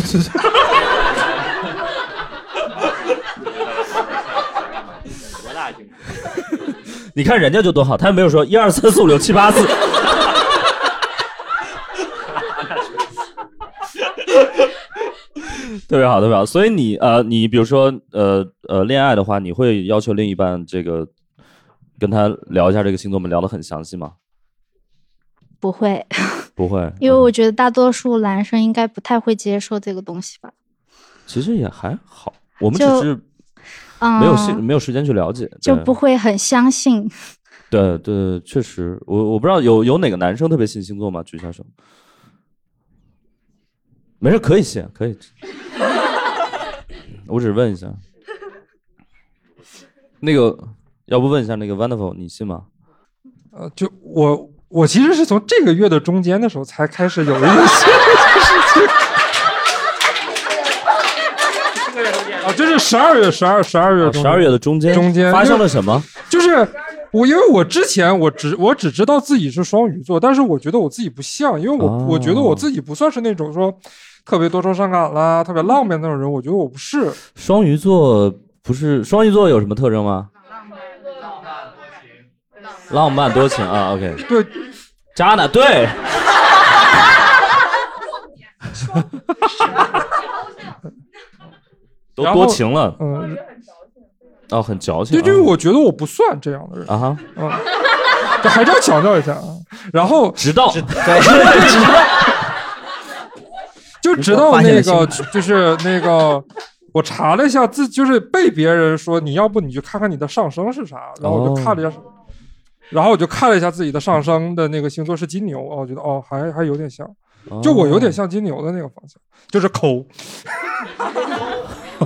A: 你看人家就多好，他没有说一二三四五六七八四。 <laughs> 特别好，特别好。所以你呃，你比如说呃呃，恋爱的话，你会要求另一半这个跟他聊一下这个星座，我们聊得很详细吗？
H: 不会，
A: 不会，
H: 因为我觉得大多数男生应该不太会接受这个东西吧。
A: 其实也还好，我们只
H: 就是嗯，
A: 没有时、没有时间去了解，
H: 就
A: 对
H: 不会很相信。
A: 对对，确实，我我不知道有有哪个男生特别信星座吗？举一下手。没事，可以信，可以。 <laughs> 我只是问一下，那个，要不问一下那个 Wonderful，你信吗？
I: 呃，就我我其实是从这个月的中间的时候才开始有一个新 <laughs> 啊，这是十二月，十二十二月中间，
A: 十二月的中间，
I: 中间
A: 发生了什么？
I: <laughs> 就是我，因为我之前我只我只知道自己是双鱼座，但是我觉得我自己不像，因为我、
A: 哦
I: 我觉得我自己不算是那种说特别多愁善感啦、特别浪漫的那种人，我觉得我不是。
A: 双鱼座不是双鱼座有什么特征吗？浪漫多情啊，OK，
I: 对，
A: 渣男对，都
I: 然后
A: 多情了
I: 嗯，
A: 哦，很矫情
I: 对，
A: 啊。
I: 就是我觉得我不算这样的人，
A: 啊哈，
I: 嗯， <laughs> 这还是要强调一下啊。然后
A: 直到
I: 就直到
B: 发现
I: 那
B: 了新
I: 个
B: 闻
I: 就就是那个，我查了一下，自就是被别人说你要不你就看看你的上升是啥，然后我就看
B: 哦
I: 了一下，然后我就看了一下自己的上升的那个星座是金牛，哦，我觉得哦还还有点像，就我有
B: 哦
I: 点像金牛的那个方向，就是抠，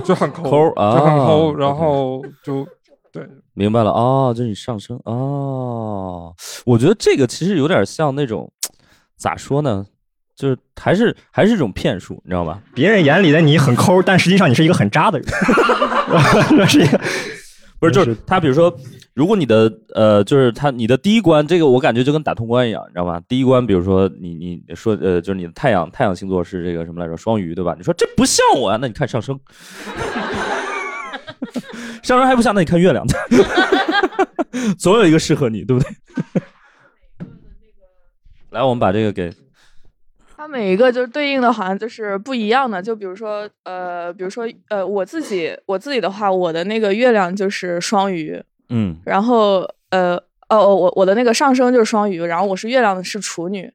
I: 就很抠，
A: 抠啊
I: 就很抠，然后就对，
A: <laughs> 明白了哦，这是你上升哦。我觉得这个其实有点像那种，咋说呢，就是还是还是一种骗术，你知道吧？
C: 别人眼里的你很抠，但实际上你是一个很渣的人。 <laughs> 这是一个
A: <laughs> 不是，就是他，比如说，如果你的呃，就是他你的第一关，这个我感觉就跟打通关一样，你知道吗？第一关，比如说你你你说呃，就是你的太阳太阳星座是这个什么来着？双鱼对吧？你说这不像我啊呀、那你看上升，上升还不像，那你看月亮， <laughs> 总有一个适合你，对不对？来，我们把这个给
G: 它每一个就是对应的，好像就是不一样的。就比如说，呃，比如说，呃，我自己我自己的话，我的那个月亮就是双鱼，
A: 嗯
G: 然后呃哦哦我我的那个上升就是双鱼，然后我是月亮是处女，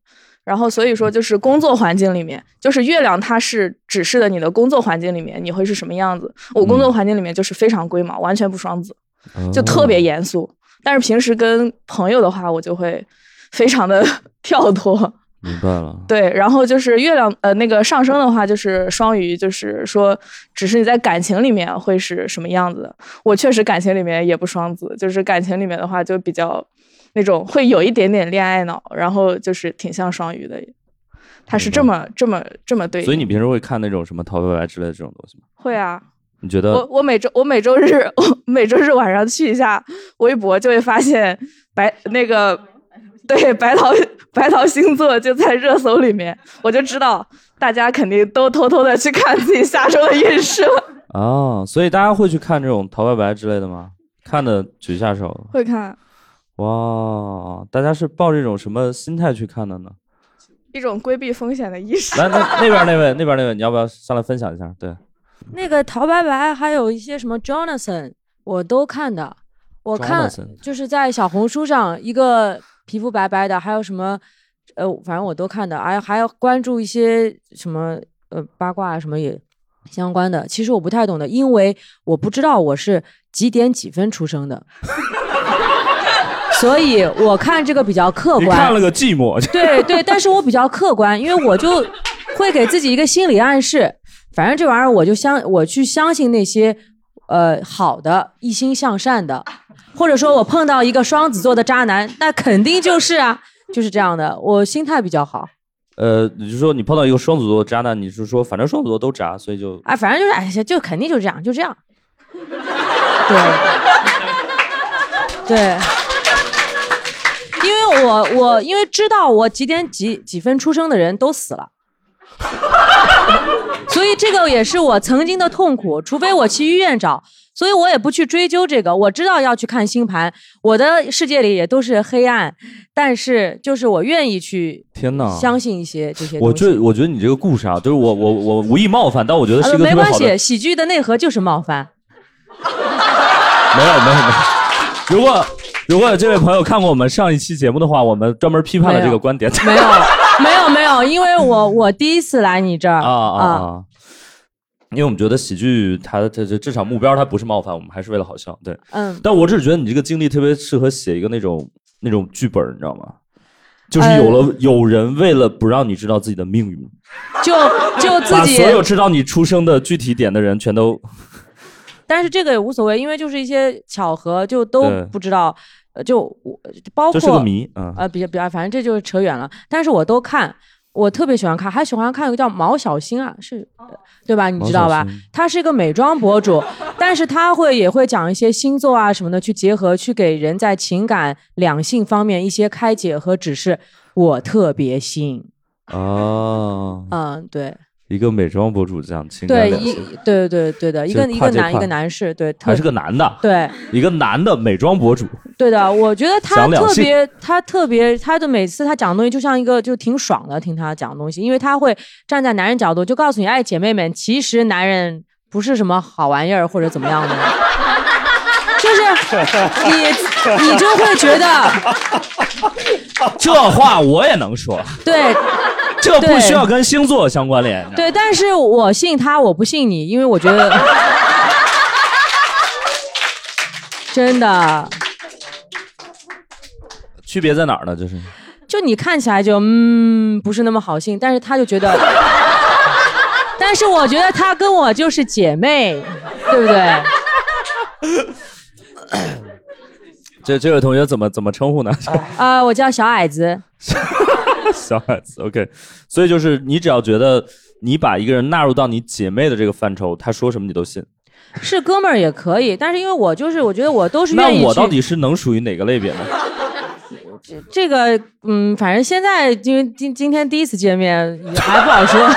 G: 然后所以说就是工作环境里面，就是月亮它是指示的你的工作环境里面你会是什么样子。我工作环境里面就是非常龟毛，完全不双子，就特别严肃。但是平时跟朋友的话，我就会非常的 <laughs> 跳脱。
A: 明白了，
G: 对，然后就是月亮，呃，那个上升的话就是双鱼，就是说，只是你在感情里面会是什么样子的。我确实感情里面也不双子，就是感情里面的话就比较那种会有一点点恋爱脑，然后就是挺像双鱼的。他是这么这么这么对应，
A: 所以你平时会看那种什么《桃白白》之类的这种东西吗？
G: 会啊？
A: 你觉
G: 我
A: 得
G: 我每周我每周日我每周日晚上去一下微博，就会发现白那个对白桃白桃星座就在热搜里面，我就知道大家肯定都偷偷的去看自己下周的运势了。
A: 啊、所以大家会去看这种《桃白白》之类的吗？看的举下手。
G: 会看
A: 哇，大家是抱着一种什么心态去看的呢？
G: 一种规避风险的意识。
A: 来，那那边那位，那边那位，你要不要上来分享一下？对，
J: 那个陶白白，还有一些什么 Jonathan，我都看的。我看
A: Jonathan
J: 就是在小红书上，一个皮肤白白的，还有什么，呃，反正我都看的。哎，还要关注一些什么呃八卦啊什么也相关的。其实我不太懂的，因为我不知道我是几点几分出生的， <laughs> 所以我看这个比较客观。
A: 寂寞 <laughs>
J: 对对，但是我比较客观，因为我就会给自己一个心理暗示，反正这玩意儿我就相我去相信那些呃好的、一心向善的，或者说我碰到一个双子座的渣男，那肯定就是啊，就是这样的，我心态比较好。
A: 呃，你就说你碰到一个双子座的渣男，你是说反正双子座都渣，所以就
J: 哎，反正就是哎，就肯定就这样，就这样。对，对，因为我我因为知道我几点几几分出生的人都死了， <laughs> 所以这个也是我曾经的痛苦，除非我去医院找。所以我也不去追究这个，我知道要去看星盘，我的世界里也都是黑暗，但是就是我愿意去
A: 天哪！
J: 相信一些这些东西。
A: 我觉得我觉得你这个故事啊，就是我我我无意冒犯，但我觉得是一
J: 呃
A: 个
J: 没
A: 特别
J: 关
A: 好的，
J: 系，喜剧的内核就是冒犯。
A: 没有没有没有。如果如果这位朋友看过我们上一期节目的话，我们专门批判了这个观点。
J: 没有， <laughs> 没有没有，因为我我第一次来你这儿
A: 啊啊啊！因为我们觉得喜剧它它这至少目标它不是冒犯，我们还是为了好笑。对，
J: 嗯
A: 但我只是觉得你这个经历特别适合写一个那种那种剧本，你知道
J: 嗯
A: 吗？就是有了、
J: 呃
A: 有人为了不让你知道自己的命运，
J: 啊就就自
A: 把
J: 己
A: 所，有知道你出生的具体点的人全
J: <laughs>
A: 都
J: 但是这个也无所谓，因为就是一些巧合，就都
A: 对
J: 不知道，呃就我包
A: 这
J: 括
A: 是个谜嗯
J: 呃，比较比较，反正这就是扯远了。但是我都看，我特别喜欢看，还喜欢看有个叫毛小星啊，是，呃对吧？你
K: 毛
J: 知
K: 小
J: 道吧
K: 星？
J: 他是一个美妆博主，但是他会也会讲一些星座啊什么的，去结合，去给人在情感、两性方面一些开解和指示。我特别信，
A: 啊，
J: 嗯，对。
A: 一个美妆博主这样情感
J: 对
A: 两
J: 一
A: 性，
J: 对对对的，一
A: 其实
J: 个一
A: 跨
J: 个
A: 界
J: 男一
A: 跨
J: 个男士，对，特
A: 还是个男的，
J: 对
A: 一个男的美妆
J: <laughs>
A: 博主，
J: 对的，我觉得他
A: 讲两
J: 特
A: 性
J: 别，他特别，他的每次他讲的东西就像一个就挺爽的，听他讲东西，因为他会站在男人角度，就告诉你，哎，姐妹们，其实男人不是什么好玩意儿或者怎么样的， <laughs> 就是你你就会觉得
A: 这话我也能说。
J: 对，
A: <laughs> 这不需要
J: 对
A: 跟星座相关联。
J: 对，但是我信他，我不信你，因为我
A: <laughs>
J: 觉得真的，
A: 区别在哪儿呢？就是
J: 就你看起来就嗯不是那么好信，但是他就觉得， <laughs> 但是我觉得他跟我就是姐妹，对不对？
A: 这这位同学怎么怎么称呼呢？
J: 啊，我叫小矮子，
A: <laughs> 小孩子，OK。所以就是你只要觉得你把一个人纳入到你姐妹的这个范畴，他说什么你都信。
J: 是哥们儿也可以，但是因为我就是我觉得我都是
A: 那
J: 愿意
A: 我
J: 去
A: 到底是能属于哪个类别呢？
J: 这个嗯，反正现在因为今今天第一次见面，也还不好说。 <laughs>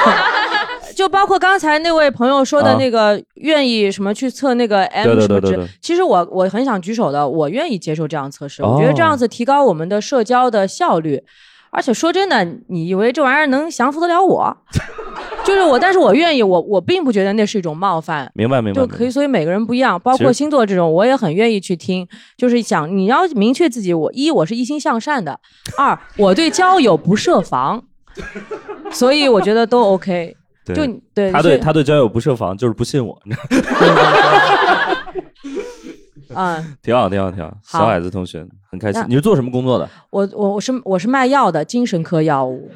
J: 就包括刚才那位朋友说的
A: 啊
J: 那个，愿意什么去测那个 M
A: 对对
J: 什么
A: 对
J: 值，
A: 对对
J: 其实我我很想举手的，我愿意接受这样测试，我觉
A: 哦
J: 得这样子提高我们的社交的效率。而且说真的，你以为这玩意儿能降服得了我？ <laughs> 就是我，但是我愿意，我我并不觉得那是一种冒犯。
A: 明白明白
J: 就
A: 明白
J: 可以，所以每个人不一样，
A: 嗯
J: 包
A: 其实
J: 括星座这种，我也很愿意去听。就是想你要明确自己，我一我是一心向
A: <laughs>
J: 善的，二我对交友不设防，所以我觉得都 OK。就你对
A: 他 <laughs> 对
J: 是
A: 他对交友不设防，就是不信我，你知道吗 <laughs>
J: 嗯，
A: 挺好挺好挺好。
J: 好
A: 小矮子同学很开心
J: 那。
A: 你是做什么工作的？
J: 我我我是我是卖药的，精神科
A: <laughs>
J: 药物。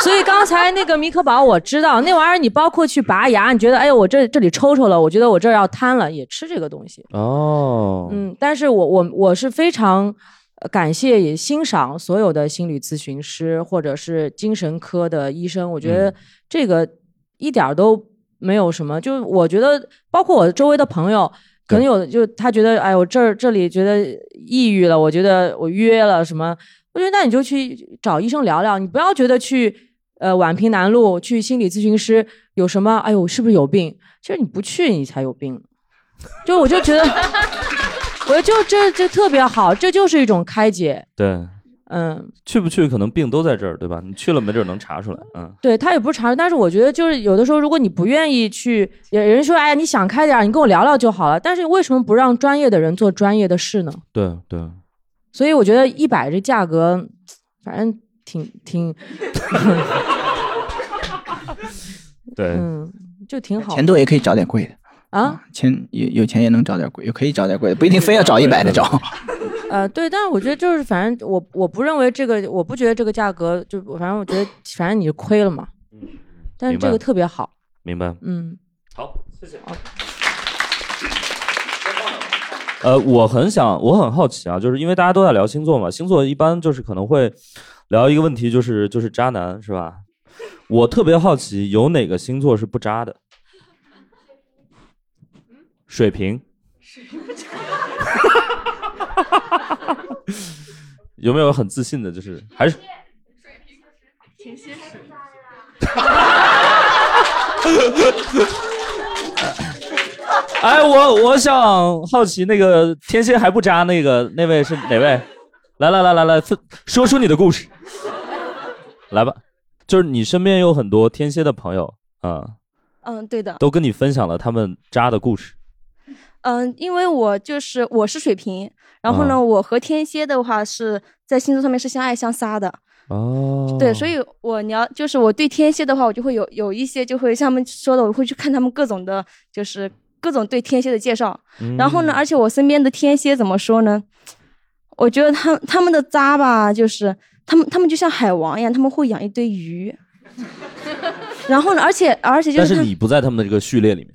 J: 所以刚才那个米可宝我知道那玩意儿，你包括去拔牙，你觉得哎呦我这这里抽抽了，我觉得我这儿要瘫了，也吃这个东西。
A: 哦，
J: 嗯，但是我我我是非常呃感谢也欣赏所有的心理咨询师或者是精神科的医生，我觉得这个一点儿都没有什么，就是我觉得包括我周围的朋友。可能有的就他觉得，哎，我这儿这里觉得抑郁了，我觉得我约了什么，我觉得那你就去找医生聊聊，你不要觉得去呃宛平南路去心理咨询师有什么，哎呦，是不是有病？其实你不去你才有病，就我就觉得，我就这这特别好，这就是一种开解。
A: 对，
J: 嗯，
A: 去不去可能病都在这儿，对吧？你去了没准能查出来。嗯，
J: 对他也不是常人，但是我觉得就是有的时候，如果你不愿意去，有人说哎呀你想开点儿，你跟我聊聊就好了。但是为什么不让专业的人做专业的事呢？
A: 对对，
J: 所以我觉得一百这价格，反正挺挺
A: <laughs>
J: <laughs>
A: 对，
J: 嗯，就挺好的。
B: 钱多也可以找点贵的，嗯
J: 啊，
B: 钱有有钱也能找点贵，也可以找点贵的，不一定非要找一百的找。
J: 呃，对，但是我觉得就是，反正我我不认为这个，我不觉得这个价格，就反正我觉得，反正你是亏了嘛。但是
A: 明白
J: 这个特别好，
A: 明白。
J: 嗯。
A: 好，谢谢。呃，我很想，我很好奇啊，就是因为大家都在聊星座嘛，星座一般就是可能会聊一个问题，就是就是渣男是吧？我特别好奇，有哪个星座是不渣的？水瓶有没有很自信的？就是还是
K: 挺现实。
A: 哎，我我想好奇那个天蝎还不渣那个那位是哪位？来来来来来，分说出你的故事，来吧。就是你身边有很多天蝎的朋友啊、
L: 嗯，对的，
A: 都跟你分享了他们渣的故事。
L: 嗯，因为我就是我是水瓶，然后呢，
A: 啊
L: 我和天蝎的话是在星座上面是相爱相杀的，
A: <laughs> 哦
L: 对，所以我你要就是我对天蝎的话，我就会有有一些就会像他们说的，我会去看他们各种的，就是各种对天蝎的介绍。然
A: 嗯
L: 后呢，而且我身边的天蝎怎么说呢？我觉得他他们的渣吧，就是他们他们就像海王一样，他们会养一堆鱼。 <laughs> 然后呢，而且而且就
A: 但
L: 是
A: 是
L: 他
A: 你不在他们的这个序列里面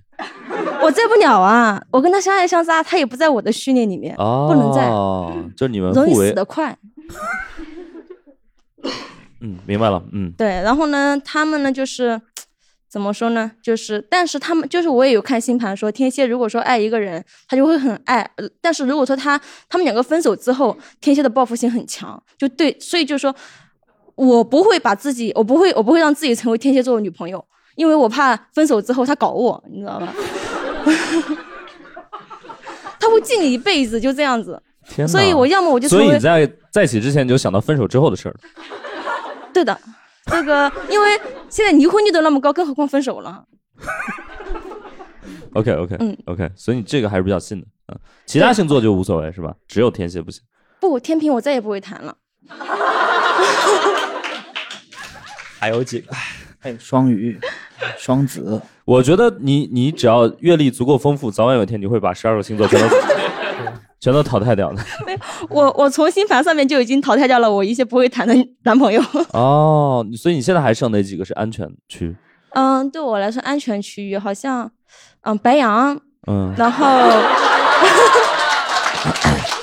L: 我在不了啊，我跟他相爱相杀，他也不在我的序列里面，
A: 哦，
L: 不能在，
A: 就是你们
L: 容易
A: 互
L: 死
A: 为
L: 得快。
A: 嗯，明白了，嗯，
L: 对，然后呢，他们呢就是怎么说呢？就是，但是他们就是我也有看星盘说，天蝎如果说爱一个人，他就会很爱；呃但是如果说他他们两个分手之后，天蝎的报复心很强，就对，所以就是说我不会把自己，我不会，我不会让自己成为天蝎座的女朋友，因为我怕分手之后他搞我，你知道吧？ <laughs> 他会记你一辈子，就这样子。
A: 天哪
L: 所以我要么我就成
A: 所
L: 为
A: 以你在在一起之前你就想到分手之后
L: <laughs>
A: 的事儿了。
L: 对的，这个因为现在离婚率都那么高，更何况分手了。
A: OK OK
L: 嗯
A: OK，所以你这个还是比较信的嗯，其他星座就无所谓是吧？只有天蝎不行。
L: 不，天平我再也不会谈了。
C: 还有几个？
B: 还有双鱼、双子，
A: 我觉得你你只要阅历足够丰富，早晚有一天你会把十二个星座全都全都淘汰掉的。
L: <laughs> 我我从星盘上面就已经淘汰掉了我一些不会谈的 <laughs> 男朋友。
A: 哦，所以你现在还剩哪几个是安全区？
L: 嗯，对我来说安全区域好像，嗯，白羊，
A: 嗯，
L: 然后 <laughs>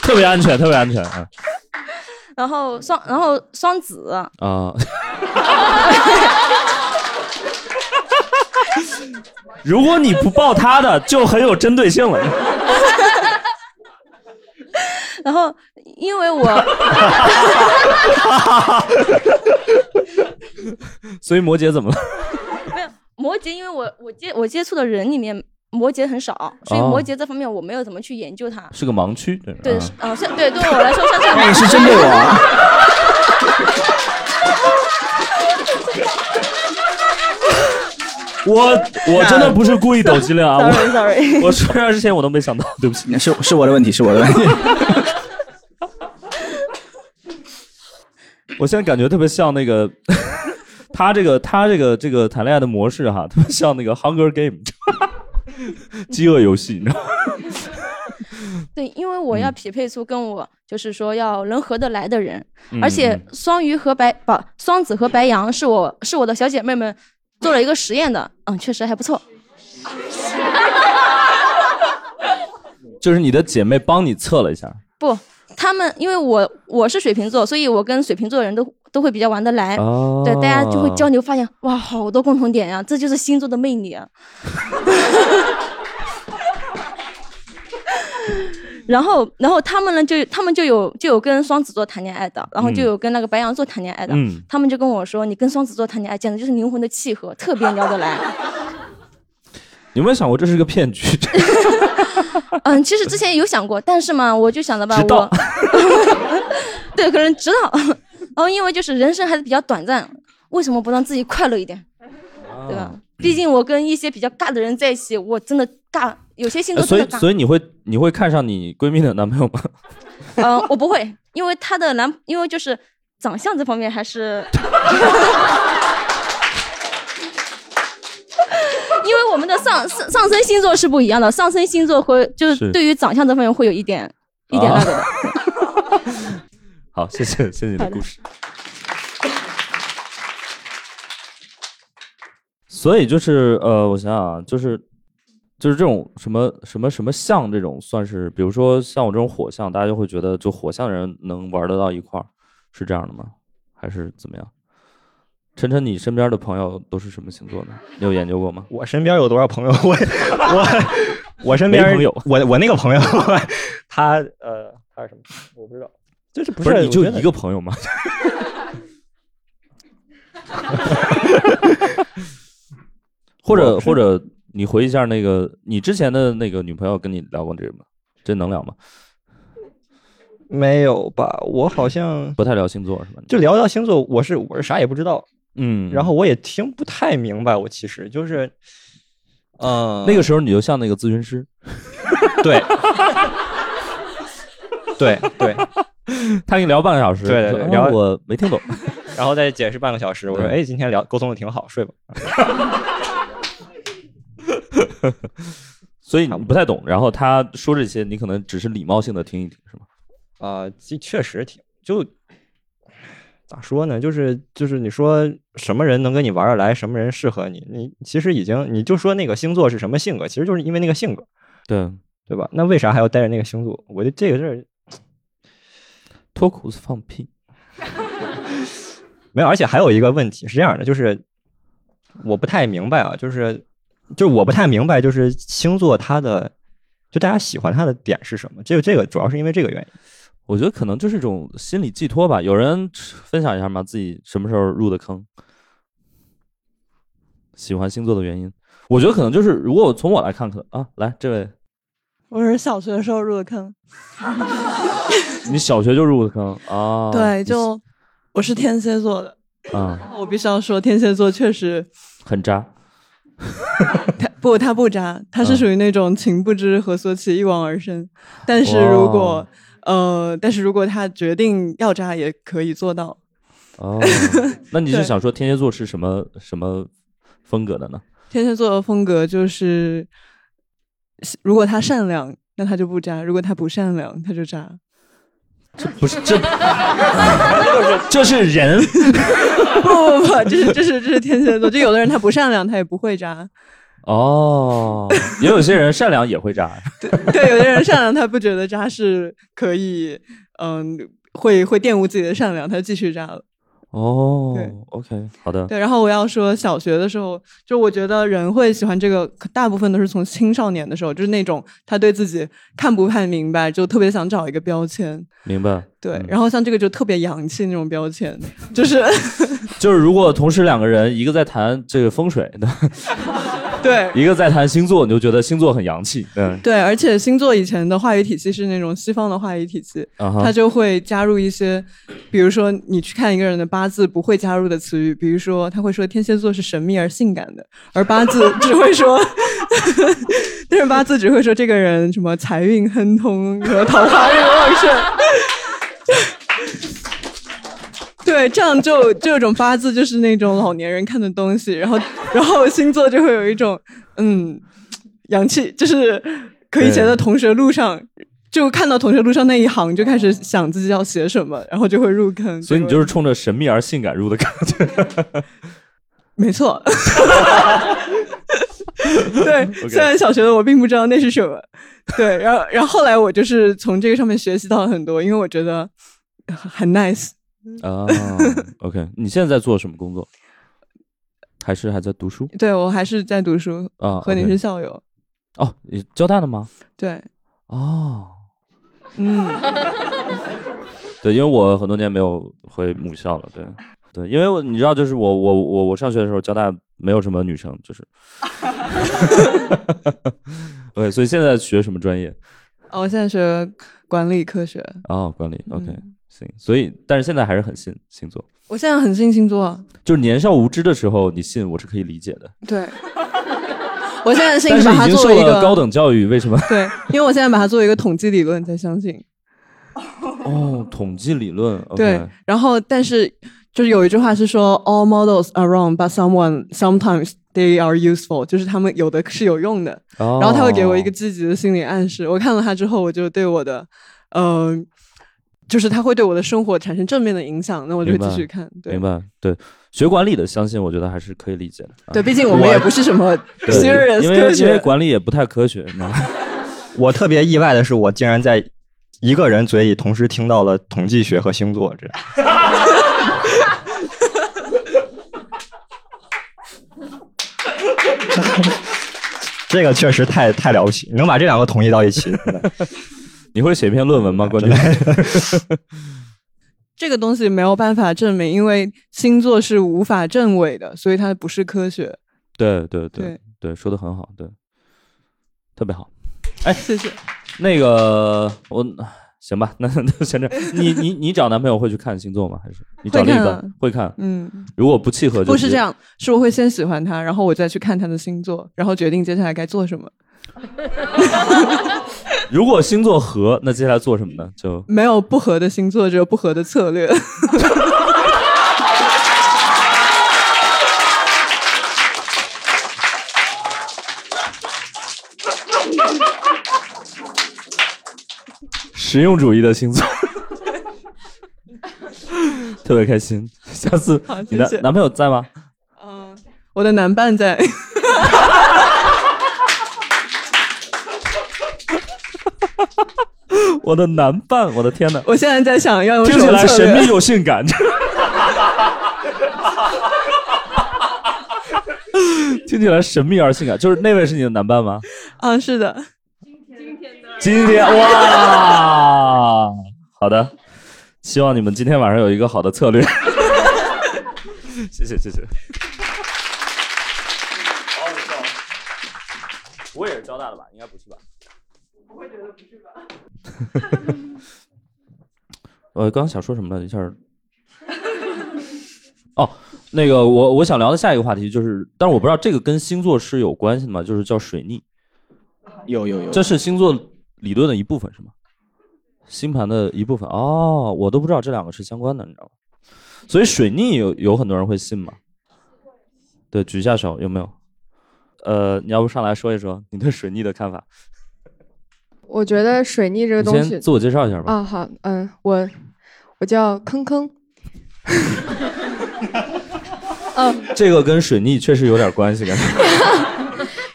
A: 特别安全，特别安全啊
L: 然后双然后双子， <laughs>
A: 啊！如果你不报他的，就很有针对性了。 <laughs>
L: 然后因为
A: <laughs>
L: 我
A: 所以摩羯怎么了？
L: 没有摩羯，因为我我接我接触的人里面摩羯很少，所以
A: 哦
L: 摩羯这方面我没有怎么去研究它。
A: 是个盲区，对吧
L: 对，
A: 啊
L: 是嗯，是对对我来说算是。
B: 那你是针对我啊？
A: 我我真的不是故意抖机灵
L: <laughs>
A: 啊！我
L: Sorry，sorry
A: <laughs> 我出院之前我都没想到，对不起，
B: 是是我的问题，是我的问题。
A: 我现在感觉特别像那个 <laughs> 他这个他这个这个谈恋爱的模式哈，特别像那个《Hunger Game》饥饿游戏，你知道吗？
L: <laughs> 对，因为我要
B: 嗯
L: 匹配出跟我就是说要能合得来的人，
A: 嗯
L: 而且双鱼和白不双子和白羊是我是我的小姐妹们做了一个实验的，嗯，确实还不错。
A: 就是你的姐妹帮你测了一下，
L: 不，他们因为我我是水瓶座，所以我跟水瓶座的人都都会比较玩得来，
A: 哦
L: 对，大家就会交流发现，哇，好多共同点呀、这就是星座的魅
A: <laughs>
L: 力啊。然后，然后他们呢，就他们就有就有跟双子座谈恋爱的，然后就有跟那个白羊座谈恋爱的，
A: 嗯
L: 他们就跟我说，你跟双子座谈恋爱，简直就是灵魂的契合，特别聊得来。
A: 你有没有想过这是个骗局？
L: <laughs> 嗯，其实之前有想过，但是嘛，我就想着吧，
A: 直到
L: 我， <laughs> 对，可能知道。然后因为就是人生还是比较短暂，为什么不让自己快乐一点？对
A: 啊
L: 吧？毕竟我跟一些比较尬的人在一起，我真的尬，有些星座
A: 呃所
L: 真的
A: 以
L: 尬。
A: 所以你会你会看上你闺蜜的男朋友吗？
L: 嗯、我不会，因为她的男，因为就是长相这方面还是， <laughs> 因为我们的上上上升星座是不一样的，上升星座会就是是对于长相这方面会有一点 <laughs> 一点那个的。
A: 啊好，谢谢谢谢你的
L: 好的
A: 故事。 <laughs> 所以就是呃，我想想啊，就是就是这种什么什么什么像这种，算是比如说像我这种火象，大家就会觉得就火象的人能玩得到一块儿，是这样的吗？还是怎么样？晨晨，你身边的朋友都是什么星座呢？你有研究过吗？
C: 我身边有多少朋友？ <laughs> 我 <laughs> 我我身边
A: 没朋友，
C: 我 <laughs> 我那个朋友，他呃他是什么？我不知道，就是不
A: 不
C: 是
A: 你就
C: 我觉得
A: 一个朋
C: <laughs>
A: 友吗？或者
C: 我是
A: 或者你回忆一下那个你之前的那个女朋友跟你聊过这个吗？这能聊吗？
C: 没有吧？我好像
A: 不太聊星座是吧？
C: 就聊到星座，我是我是啥也不知道，
A: 嗯，
C: 然后我也听不太明白，我其实就是，呃，
A: 那个时候你就像那个咨询师，
C: 对， <laughs> 对
A: <laughs>
C: 对，
A: 他跟你聊半个小时，
C: 对对对
A: 说
C: 聊
A: 啊我没听懂，
C: 然后再解释半个小时， <laughs> 我说
A: 对
C: 哎，今天聊沟通的挺好，睡吧。
A: <laughs> 所以你不太懂。然后他说这些，你可能只是礼貌性的听一听，是吗？
C: 啊、这确实挺就咋说呢？就是就是你说什么人能跟你玩得来，什么人适合你，你其实已经你就说那个星座是什么性格，其实就是因为那个性格，
A: 对，
C: 对吧？那为啥还要带着那个星座？我觉得这个事儿
A: <sniffs> 脱裤子放屁。
C: 没有，而且还有一个问题是这样的，就是我不太明白啊，就是就是我不太明白，就是星座它的就大家喜欢它的点是什么？这个这个主要是因为这个原因。
A: 我觉得可能就是一种心理寄托吧。有人分享一下吗？自己什么时候入的坑？喜欢星座的原因，我觉得可能就是，如果我从我来看，可啊，来这位，
M: 我是小学时候入的坑，
A: 你小学就入的坑啊？
M: 对，就我是天蝎座的，
A: 啊，
M: 我必须要说，天蝎座确实
A: 很渣。
M: 不，他不渣，他是属于那种情不知何所起，一往而深。但是如果呃，但是如果他决定要渣，也可以做到。 <laughs>
A: 哦，那你是想说天蝎座是什么什么风格的呢？
M: 天蝎座的风格就是，如果他善良，那他就不渣；如果他不善良，他就渣。
A: 不是这，这是人，
M: 不哦不不，这是这是这是天蝎座，就有的人他不善良，他也不会渣；
A: 哦，也有些人善良也会渣，
M: <laughs> 对，有的人善良，他不觉得渣是可以，嗯，会会玷污自己的善良，他就继续渣了。
A: 哦
M: 对
A: ，OK，好的，
M: 对，然后我要说，小学的时候，就我觉得人会喜欢这个，可大部分都是从青少年的时候，就是那种他对自己看不太明白，就特别想找一个标签。
A: 明白。
M: 对，然后像这个就特别洋气那种标签，就是
A: 就是如果同时两个人，一个在谈这个风水 <laughs> 的，
M: 对
A: 一个在谈星座，你就觉得星座很洋气，嗯，
M: 对，而且星座以前的话语体系是那种西方的话语体系，
A: 啊哈
M: 它就会加入一些，比如说你去看一个人的八字不会加入的词语，比如说他会说天蝎座是神秘而性感的，而八字只会说， <laughs> 但是八字只会说这个人什么财运亨通和桃花运旺盛。 <laughs> 对，这样就这种八字就是那种老年人看的东西，然后然后星座就会有一种嗯洋气，就是可以写在同学录上，就看到同学录上那一行就开始想自己要写什么，然后就会入坑。
A: 所以你就是冲着神秘而性感入的感觉，
M: 没错，
A: <laughs>
M: 对
A: OK
M: <laughs> 虽然小学的我并不知道那是什么，对，然后然后后来我就是从这个上面学习到了很多，因为我觉得很 nice。
A: <laughs> 啊，OK，你现在在做什么工作？还是还在读书？
M: 对我还是在读书
A: 啊
M: 和你
A: OK
M: 是校友，
A: 哦，你交大的吗？
M: 对，
A: 哦，
M: 嗯，
A: 对，因为我很多年没有回母校了，对，对，因为我你知道，就是我我我我上学的时候，交大没有什么女生， <laughs> 就是，OK，所以现在学什么专业？
M: 哦我现在学管理科学，
A: 哦，管理，OK，、行，
M: 嗯
A: 所以但是现在还是很信星座，
M: 我现在很信星座，啊
A: 就是年少无知的时候你信我是可以理解的，
M: 对， <laughs> 我现在信
A: 但是
M: 把
A: 已
M: 它
A: 经
M: 作
A: 受
M: 为一
A: 了
M: 个
A: 高等教育，为什么？
M: 对，因为我现在把它作为一个统计理论在相信。
A: <laughs> 哦，统计理论，OK，
M: 对，然后但是就是有一句话是说，all models are wrong, but someone sometimes they are useful，就是他们有的是有用的。
A: 哦
M: 然后他会给我一个积极的心理暗示。我看了它之后，我就对我的，呃，就是它会对我的生活产生正面的影响，那我就会
A: 明白
M: 继续看。对
A: 明，白，对，学管理的相信，我觉得还是可以理解的。啊
M: 对，毕竟我们也不是什么
A: <laughs> 对
M: serious
A: 因
M: 科
A: 为因为
M: 学。
A: 管理也不太科学，你知道吗？
C: <laughs> 我特别意外的是，我竟然在一个人嘴里同时听到了统计学和星座，这这个确实太太了不起，能把这两个统一到一起，真的
A: <laughs> 你会写篇论文吗？关键
C: <laughs>
M: 这个东西没有办法证明，因为星座是无法证伪的，所以它不是科学。
A: 对对
M: 对
A: 对对，说的很好，对，特别好。
M: 哎，谢谢。
A: 那个我行吧，那就先这样。你你你找男朋友会去看星座吗？还是你找
M: 会
A: 另一
M: 看啊
A: 半会看？
M: 嗯，
A: 如果不契合就
M: 不是
A: 直
M: 这
A: 接
M: 样，是我会先喜欢他，然后我再去看他的星座，然后决定接下来该做什么。
A: 如果星座合，那接下来做什么呢？就
M: 没有不合的星座，只有不合的策略。 <laughs>
A: 实用主义的星座， <laughs> 特别开心。下次
M: 好谢
A: 你的
M: 谢
A: 男朋友在吗？ <laughs>
M: 我的男伴在， <laughs>
A: 我的男伴，我的天哪！
M: 我现在在想要用
A: 听
M: 什
A: 起
M: 么
A: 来
M: 策
A: 神
M: 略
A: 秘。又性感， <laughs> 听起来神秘而性感。就是那位是你的男伴吗？
M: 啊，是的，
A: 今天哇，好的，希望你们今天晚上有一个好的策略。谢谢谢谢。我也是交大的吧？应该不是吧？
K: 我会觉得不是吧？
A: <laughs> 呃，刚刚想说什么来着？一下儿。 <laughs> 哦，那个我我想聊的下一个话题就是，但是我不知道这个跟星座是有关系的吗？就是叫水逆，
B: 有有有，
A: 这是星座理论的一部分是吗？星盘的一部分哦，我都不知道这两个是相关的，你知道吗？所以水逆有有很多人会信吗？对，举一下手，有没有？呃，你要不上来说一说你对水逆的看法？
N: 我觉得水逆这个
A: 你
N: 东西，
A: 先自我介绍一下吧。
N: 啊，好，嗯，我我叫坑坑，嗯，
A: 这个跟水逆确实有点关系，感觉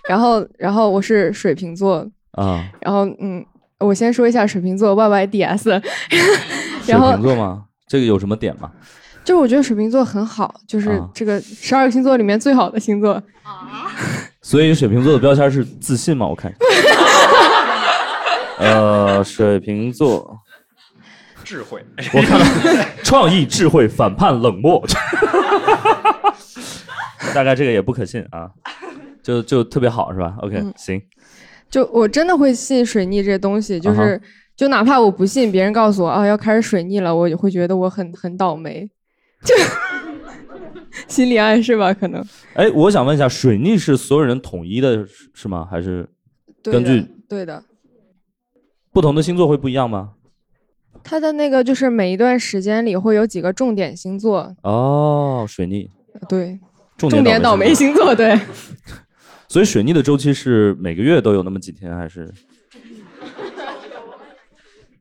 N: 然后然后我是水瓶座，
A: 啊。
N: 然后嗯，我先说一下水瓶座 Y Y D S， <laughs>
A: 水
N: 然后
A: 瓶座吗？这个有什么点吗？
N: 就是我觉得水瓶座很好，就是
A: 啊
N: 这个十二个星座里面最好的星座，
A: 所以水瓶座的标签是自信吗？我看。呃，水瓶座，
O: 智慧，
A: 我看了创意、智慧、反叛、冷漠，大概这个也不可信啊，就就特别好是吧？OK，、
N: 嗯
A: 行，
N: 就我真的会信水逆这东西，就是、
A: 啊哈
N: 就哪怕我不信，别人告诉我啊要开始水逆了，我也会觉得我很很倒霉，就 <laughs> 心理暗示吧，可能
A: 哎，我想问一下，水逆是所有人统一的是是吗？还是
N: 对
A: 根据
N: 的对的，
A: 不同的星座会不一样吗？
N: 它的那个就是每一段时间里会有几个重点星座，
A: 哦，水逆，
N: 对，
A: 重
N: 重点
A: 点
N: 倒霉
A: 星
N: 星座，对，
A: 座。所以水逆的周期是每个月都有那么几天，还
N: <laughs>
A: 是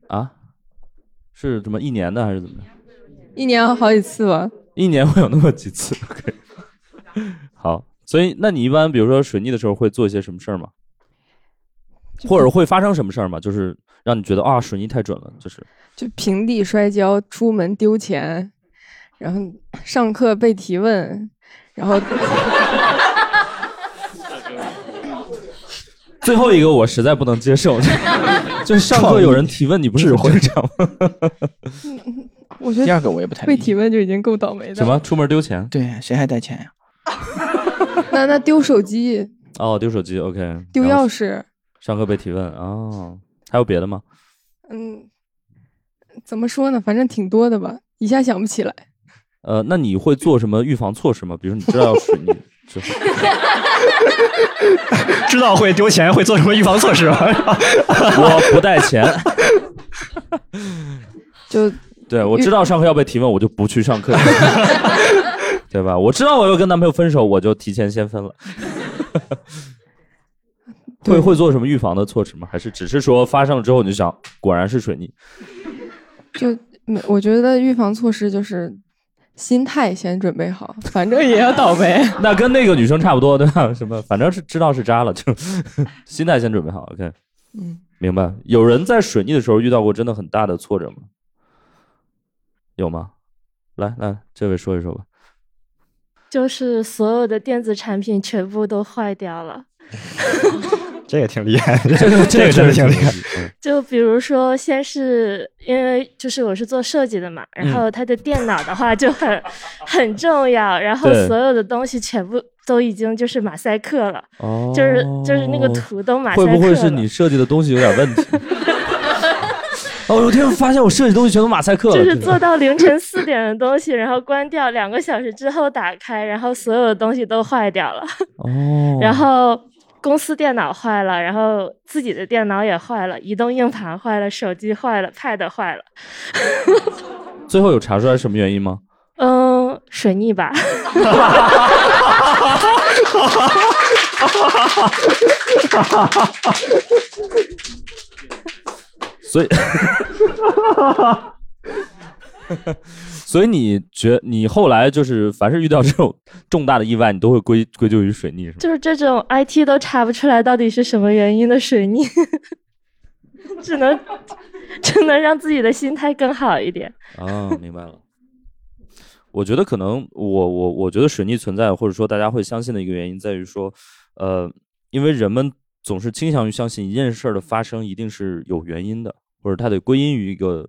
A: 啊？是怎么一年的还是怎么？
N: 一年好几次吧。
A: 一年会有那么几次。OK，好，所以那你一般比如说水逆的时候会做一些什么事儿吗？或者会发生什么事儿吗？就是让你觉得啊，水逆太准了，就是
N: 就平地摔跤，出门丢钱，然后上课被提问，然后
A: 最后一个我实在不能接受， <laughs> 就是上课有人提问你不是会这样吗？
N: 我觉得
P: 第二个我也不太
N: 被提问就已经够倒霉的。
A: 什么？出门丢钱？
P: 对，谁还带钱呀、
N: <laughs> 那那丢手机、
A: 哦，丢手机，OK，
N: 丢
A: 然后
N: 钥匙，
A: 上课被提问哦，还有别的吗？
N: 嗯，怎么说呢？反正挺多的吧，一下想不起来。
A: 呃，那你会做什么预防措施吗？比如你知道水逆之后，
C: <laughs> 知道会丢钱，会做什么预防措施吗？
A: <laughs> 我不带钱。
N: 就
A: 对我知道上课要被提问，我就不去上课，对吧？我知道我要跟男朋友分手，我就提前先分了。会会做什么预防的措施吗？还是只是说发生了之后你就想，果然是水逆？。
N: 就没，我觉得预防措施就是心态先准备好，反正 <laughs> 也要倒霉。
A: <laughs> 那跟那个女生差不多，对吧？什么，反正是知道是渣了，就 <laughs> 心态先准备好。OK，
N: 嗯，
A: 明白。有人在水逆的时候遇到过真的很大的挫折吗？有吗？来来，这位说一说吧。
Q: 就是所有的电子产品全部都坏
A: <laughs>
Q: 掉了。
C: 这个挺厉害，
A: 这个
C: 这个真的挺厉害。
A: 嗯
Q: 就比如说，先是因为就是我是做设计的嘛，然后
A: 嗯
Q: 他的电脑的话就
A: <laughs>
Q: 很、很重要，然后
A: 对
Q: 所有的东西全部都已经就是马赛克了，
A: 哦
Q: 就是就是那个图都马赛
A: 会
Q: 克了。
A: 不会是你设计的东西有点
Q: <laughs>
A: 问题？哦，我天，发现我设计东西全都马赛克了，
Q: 就是
A: 真的
Q: 做到凌晨四点的东西，然后关掉，两个小时之后打开，然后所有的东西都坏掉了。
A: 哦
Q: 然后公司电脑坏了，然后自己的电脑也坏了，移动硬盘坏了，手机坏了，Pad 坏了，
A: 最后有查出来什么原因吗？
Q: 嗯，水逆吧。 <laughs>
A: 所以， <laughs> 所以你觉你后来就是凡是遇到这种重大的意外，你都会归归咎于水逆是吗？
Q: 就是这种 IT 都查不出来到底是什么原因的水逆， <laughs> 只能 <laughs> 只能让自己的心态更好一点。
A: 啊，明白了。我觉得可能我我我觉得水逆存在，或者说大家会相信的一个原因在于说，呃，因为人们总是倾向于相信一件事儿的发生一定是有原因的，或者它得归因于一个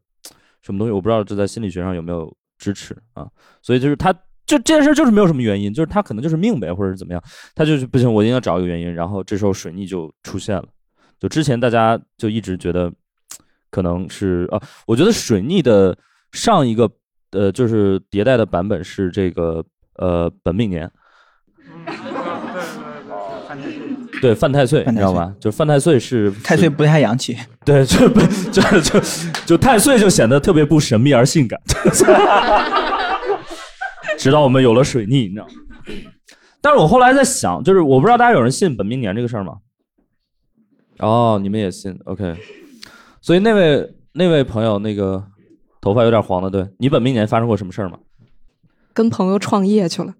A: 什么东西，我不知道这在心理学上有没有支持啊。所以就是它就这件事儿就是没有什么原因，就是它可能就是命呗，或者是怎么样，它就是不行，我一定要找一个原因。然后这时候水逆就出现了，就之前大家就一直觉得可能是啊，我觉得水逆的上一个呃，就是迭代的版本是这个呃本命年，对犯太岁，你知道吗？就犯太岁是太岁
P: 不太洋气，
A: <laughs> 对，就不就就就太岁就显得特别不神秘而性感。 <laughs> 直到我们有了水逆，你知道吗？但是我后来在想，就是我不知道大家有人信本命年这个事儿吗？哦，你们也信，OK。所以那位那位朋友，那个头发有点黄的，对你本命年发生过什么事儿吗？
R: <laughs>
A: <laughs>
R: 跟朋友创业去了。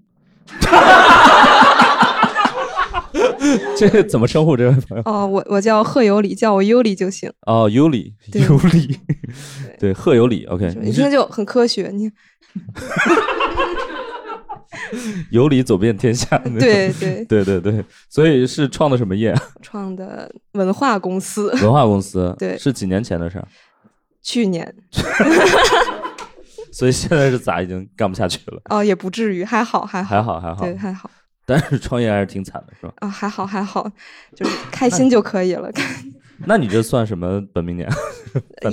A: 这个怎么称呼这位朋友？
R: 哦，我我叫贺有理，叫我尤里就行，
A: 哦，尤里，
R: 对
A: 尤里， <laughs> 对，贺尤里，OK，
R: 一
A: 你
R: 听
A: 是
R: 就很科学。
A: <laughs>
R: 你
A: 尤里走遍天下，
R: 对对
A: <laughs> 对对对，所以是创的什么
R: <laughs>
A: 业？
R: 创的文化公司，
A: 文化公司，
R: <laughs> 对
A: 是几年前的事儿，
R: 去
A: <laughs>
R: 年
A: 所以现在是咋已经干不下去
R: <laughs>
A: 了？
R: 哦也不至于，还好还好
A: 还好还好
R: 对还好
A: 但是创业还是挺惨的，是吧？
R: 啊、还好还好，就是开心就可以了，
A: <laughs> 那你这算什么本命年？犯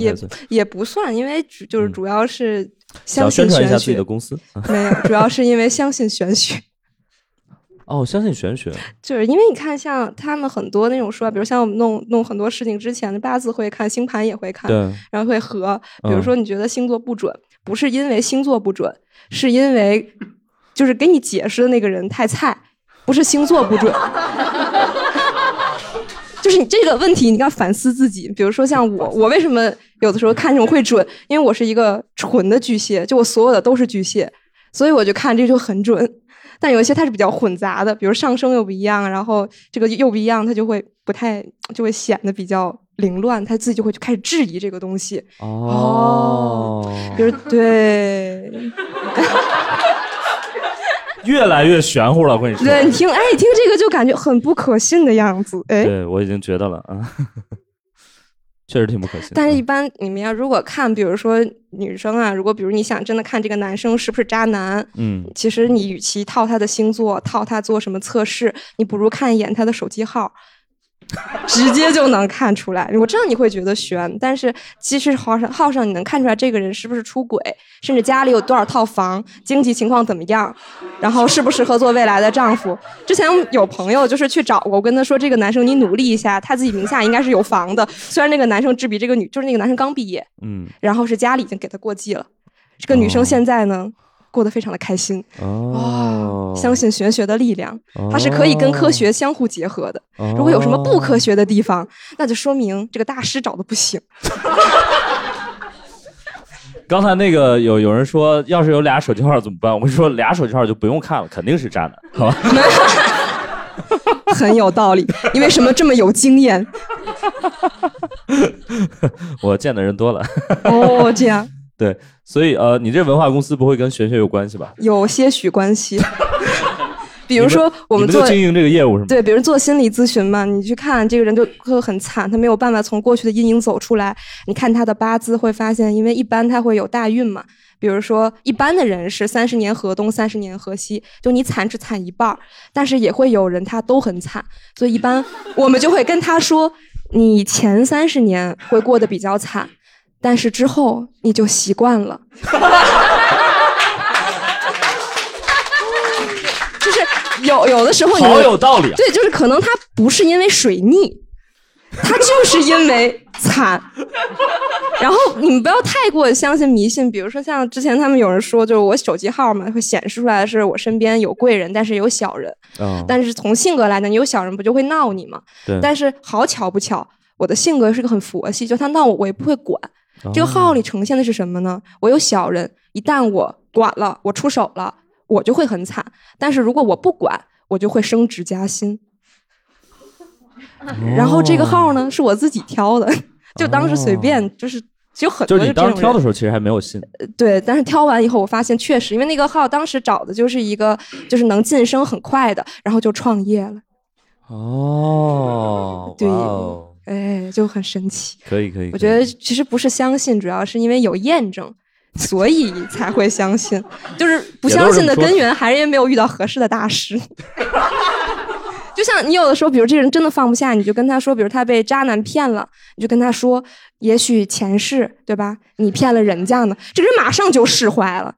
R: <laughs> 也
A: 太岁
R: 也不算，因为主就是主要是相
A: 嗯想
R: 信
A: 宣传一下
R: 玄
A: 自己
R: 学
A: 的，公司？啊
R: 没有，主要是因为相信玄学。
A: 哦，相信玄学，
R: 就是因为你看，像他们很多那种说，比如像我们弄弄很多事情之前的八字会看，星盘也会看
A: 对，
R: 然后会合。比如
A: 嗯
R: 说，你觉得星座不准，不是因为星座不准，是因为就是给你解释的那个人太菜，不是星座不准。 <laughs> 就是你这个问题，你要反思自己。比如说像我，我为什么有的时候看这种会准？因为我是一个纯的巨蟹，就我所有的都是巨蟹，所以我就看这就很准。但有一些它是比较混杂的，比如上升又不一样，然后这个又不一样，它就会不太就会显得比较凌乱，他自己就会开始质疑这个东西。
A: 哦，
R: 比
A: <laughs>
R: 如对，
A: 越来越玄乎了，我跟你说。
R: 对你听，哎，一听这个就感觉很不可信的样子，哎。
A: 对，我已经觉得了啊，确实挺不可信。
R: 但是，一般你们要如果看，比如说女生啊，如果比如你想真的看这个男生是不是渣男，
A: 嗯
R: 其实你与其套他的星座，套他做什么测试，你不如看一眼他的手机号，直接就能看出来。我知道你会觉得悬，但是其实号上号上你能看出来这个人是不是出轨，甚至家里有多少套房，经济情况怎么样，然后适不适合做未来的丈夫。之前有朋友就是去找过，我跟他说这个男生你努力一下，他自己名下应该是有房的，虽然那个男生只比这个女，就是那个男生刚毕业，
A: 嗯，
R: 然后是家里已经给他过继了，这个女生现在呢、过得非常的开心。
A: 哦，
R: 相信玄学的力量，它是可以跟科学相互结合的。
A: 哦
R: 如果有什么不科学的地方，那就说明这个大师找的不行。
A: 刚才那个有有人说，要是有俩手机号怎么办？我跟你说，俩手机号就不用看了，肯定是渣男，
R: <laughs>
A: 好吧？
R: 很有道理，你为什么这么有经验？
A: 我见的人多了，
R: 哦，这样
A: 对，所以呃，你这文化公司不会跟玄学有关系吧？
R: 有些许关
A: <laughs>
R: 系。比如说，我
A: 你们
R: 做
A: 就经营这个业务是吗？
R: 对，比如做心理咨询嘛，你去看这个人就会很惨，他没有办法从过去的阴影走出来。你看他的八字会发现，因为一般他会有大运嘛，比如说一般的人是三十年河东，三十年河西，就你惨只惨一半儿，但是也会有人他都很惨，所以一
A: <laughs>
R: 般我们就会跟他说，你前三十年会过得比较惨，但是之后你就习惯了。就是有有的时候你
A: 好有道理啊
R: 对，就是可能他不是因为水逆，他就是因为惨。然后你们不要太过相信迷信，比如说像之前他们有人说，就是我手机号嘛会显示出来是我身边有贵人，但是也有小人。
A: <laughs> 哦
R: 但是从性格来讲，你有小人不就会闹你吗？
A: 对
R: 但是好巧不巧，我的性格是个很佛系，就他闹我我也不会管。这个
A: 哦
R: 号里呈现的是什么呢？我有小人，一旦我管了，我出手了，我就会很惨。但是如果我不管，我就会升职加薪。 <laughs>
A: 哦
R: 然后这个号呢是我自己挑的，就当时随便，就是就很
A: 就
R: 多
A: 是你
R: 这种
A: 当时挑
R: 人
A: 的
R: 呃
A: 时候，其实还没有信，
R: 对，但是挑完以后，我发现确实，因为那个号当时找的就是一个就是能晋升很快的，然后就创业了，
A: 哦，
R: 对
A: 哇哦，
R: 哎，就很神奇。
A: 可以可以，
R: 我觉得其实不是相信，主要是因为有验
A: <laughs>
R: 证，所以才会相信。就是不相信的根源还是因为没有遇到合适的大师。 <laughs> 就像你有的时候，比如这个人真的放不下，你就跟他说，比如他被渣男骗了，你就跟他说，也许前世对吧，你骗了人家呢，这个人马上就释怀了。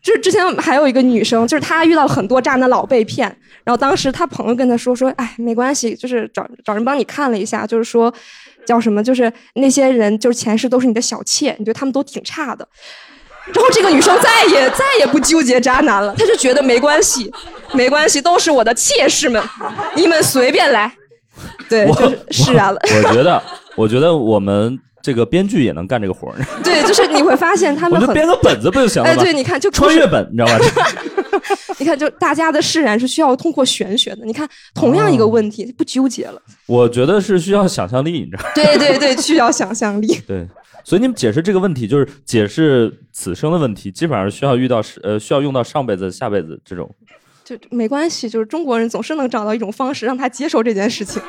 R: 就是之前还有一个女生，就是她遇到了很多渣男老被骗，然后当时她朋友跟她说说，哎，没关系，就是找找人帮你看了一下，就是说叫什么，就是那些人就是前世都是你的小妾，你对他们都挺差的。然后这个女生再也再也不纠结渣男了，她就觉得没关系，没关系，都是我的妾室们，你们随便来。对，就是释然了。
A: 我觉得，我觉得我们这个编剧也能干这个活儿。
R: <laughs> 对，就是你会发 <laughs> 现他
A: 我
R: 们
A: 就
R: 很
A: 编个本子不就行了吗？
R: 哎对你看就不是
A: 穿越本，你知道吧？ <laughs>
R: 你看，就大家的释然是需要通过玄学的。你看，同样一个问题，不纠结了。
A: 我觉得是需要想象力，你知道吗？
R: 对对 <laughs> 对，需要想象力。
A: 对，所以你们解释这个问题，就是解释此生的问题，基本上需要遇到是呃需要用到上辈子、下辈子这种。
R: 就没关系，就是中国人总是能找到一种方式让他接受这件事情。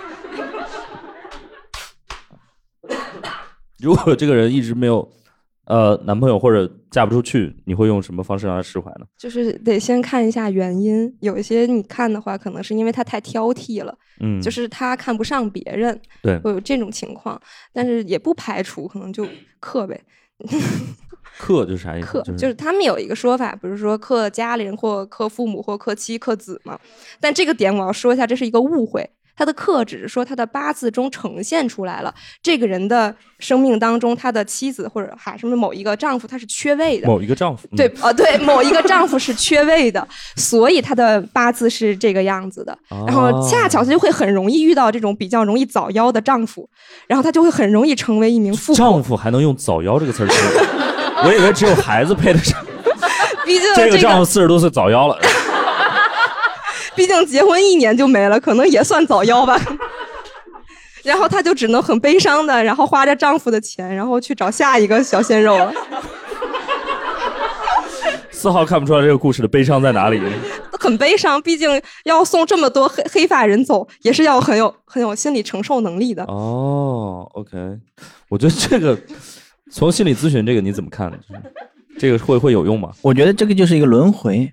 A: 如果这个人一直没有呃男朋友或者嫁不出去，你会用什么方式让他释怀呢？
R: 就是得先看一下原因，有一些你看的话，可能是因为他太挑剔了，
A: 嗯
R: 就是他看不上别人，
A: 对
R: 会有这种情况，但是也不排除可能就克呗，
A: 克就是啥意思？
R: 克
A: 就是
R: 就是他们有一个说法，比如说克家里人或克父母或克妻克子嘛，但这个点我要说一下，这是一个误会。他的克只是说他的八字中呈现出来了，这个人的生命当中，他的妻子或者还什么某一个丈夫，他是缺位的。
A: 某一个丈夫。嗯
R: 对，啊，对，某一个丈夫是缺位
A: <laughs>
R: 的，所以他的八字是这个样子的。
A: 哦
R: 然后恰巧他就会很容易遇到这种比较容易早夭的丈夫，然后他就会很容易成为一名富
A: 丈夫还能用“早夭”这个词儿形容，
R: <laughs>
A: 我以为只有孩子配得上。
R: 毕竟
A: 这个丈夫四十多岁早夭了，
R: 毕竟结婚一年就没了，可能也算早夭吧。 <laughs> 然后她就只能很悲伤的，然后花着丈夫的钱，然后去找下一个小鲜肉了。 <laughs>
A: 丝毫看不出来这个故事的悲伤在哪里。
R: 很悲伤，毕竟要送这么多黑黑发人走，也是要很有很有心理承受能力的。
A: 哦，OK，我觉得这个从心理咨询这个你怎么看？就是这个会会有用吗？
B: 我觉得这个就是一个轮回，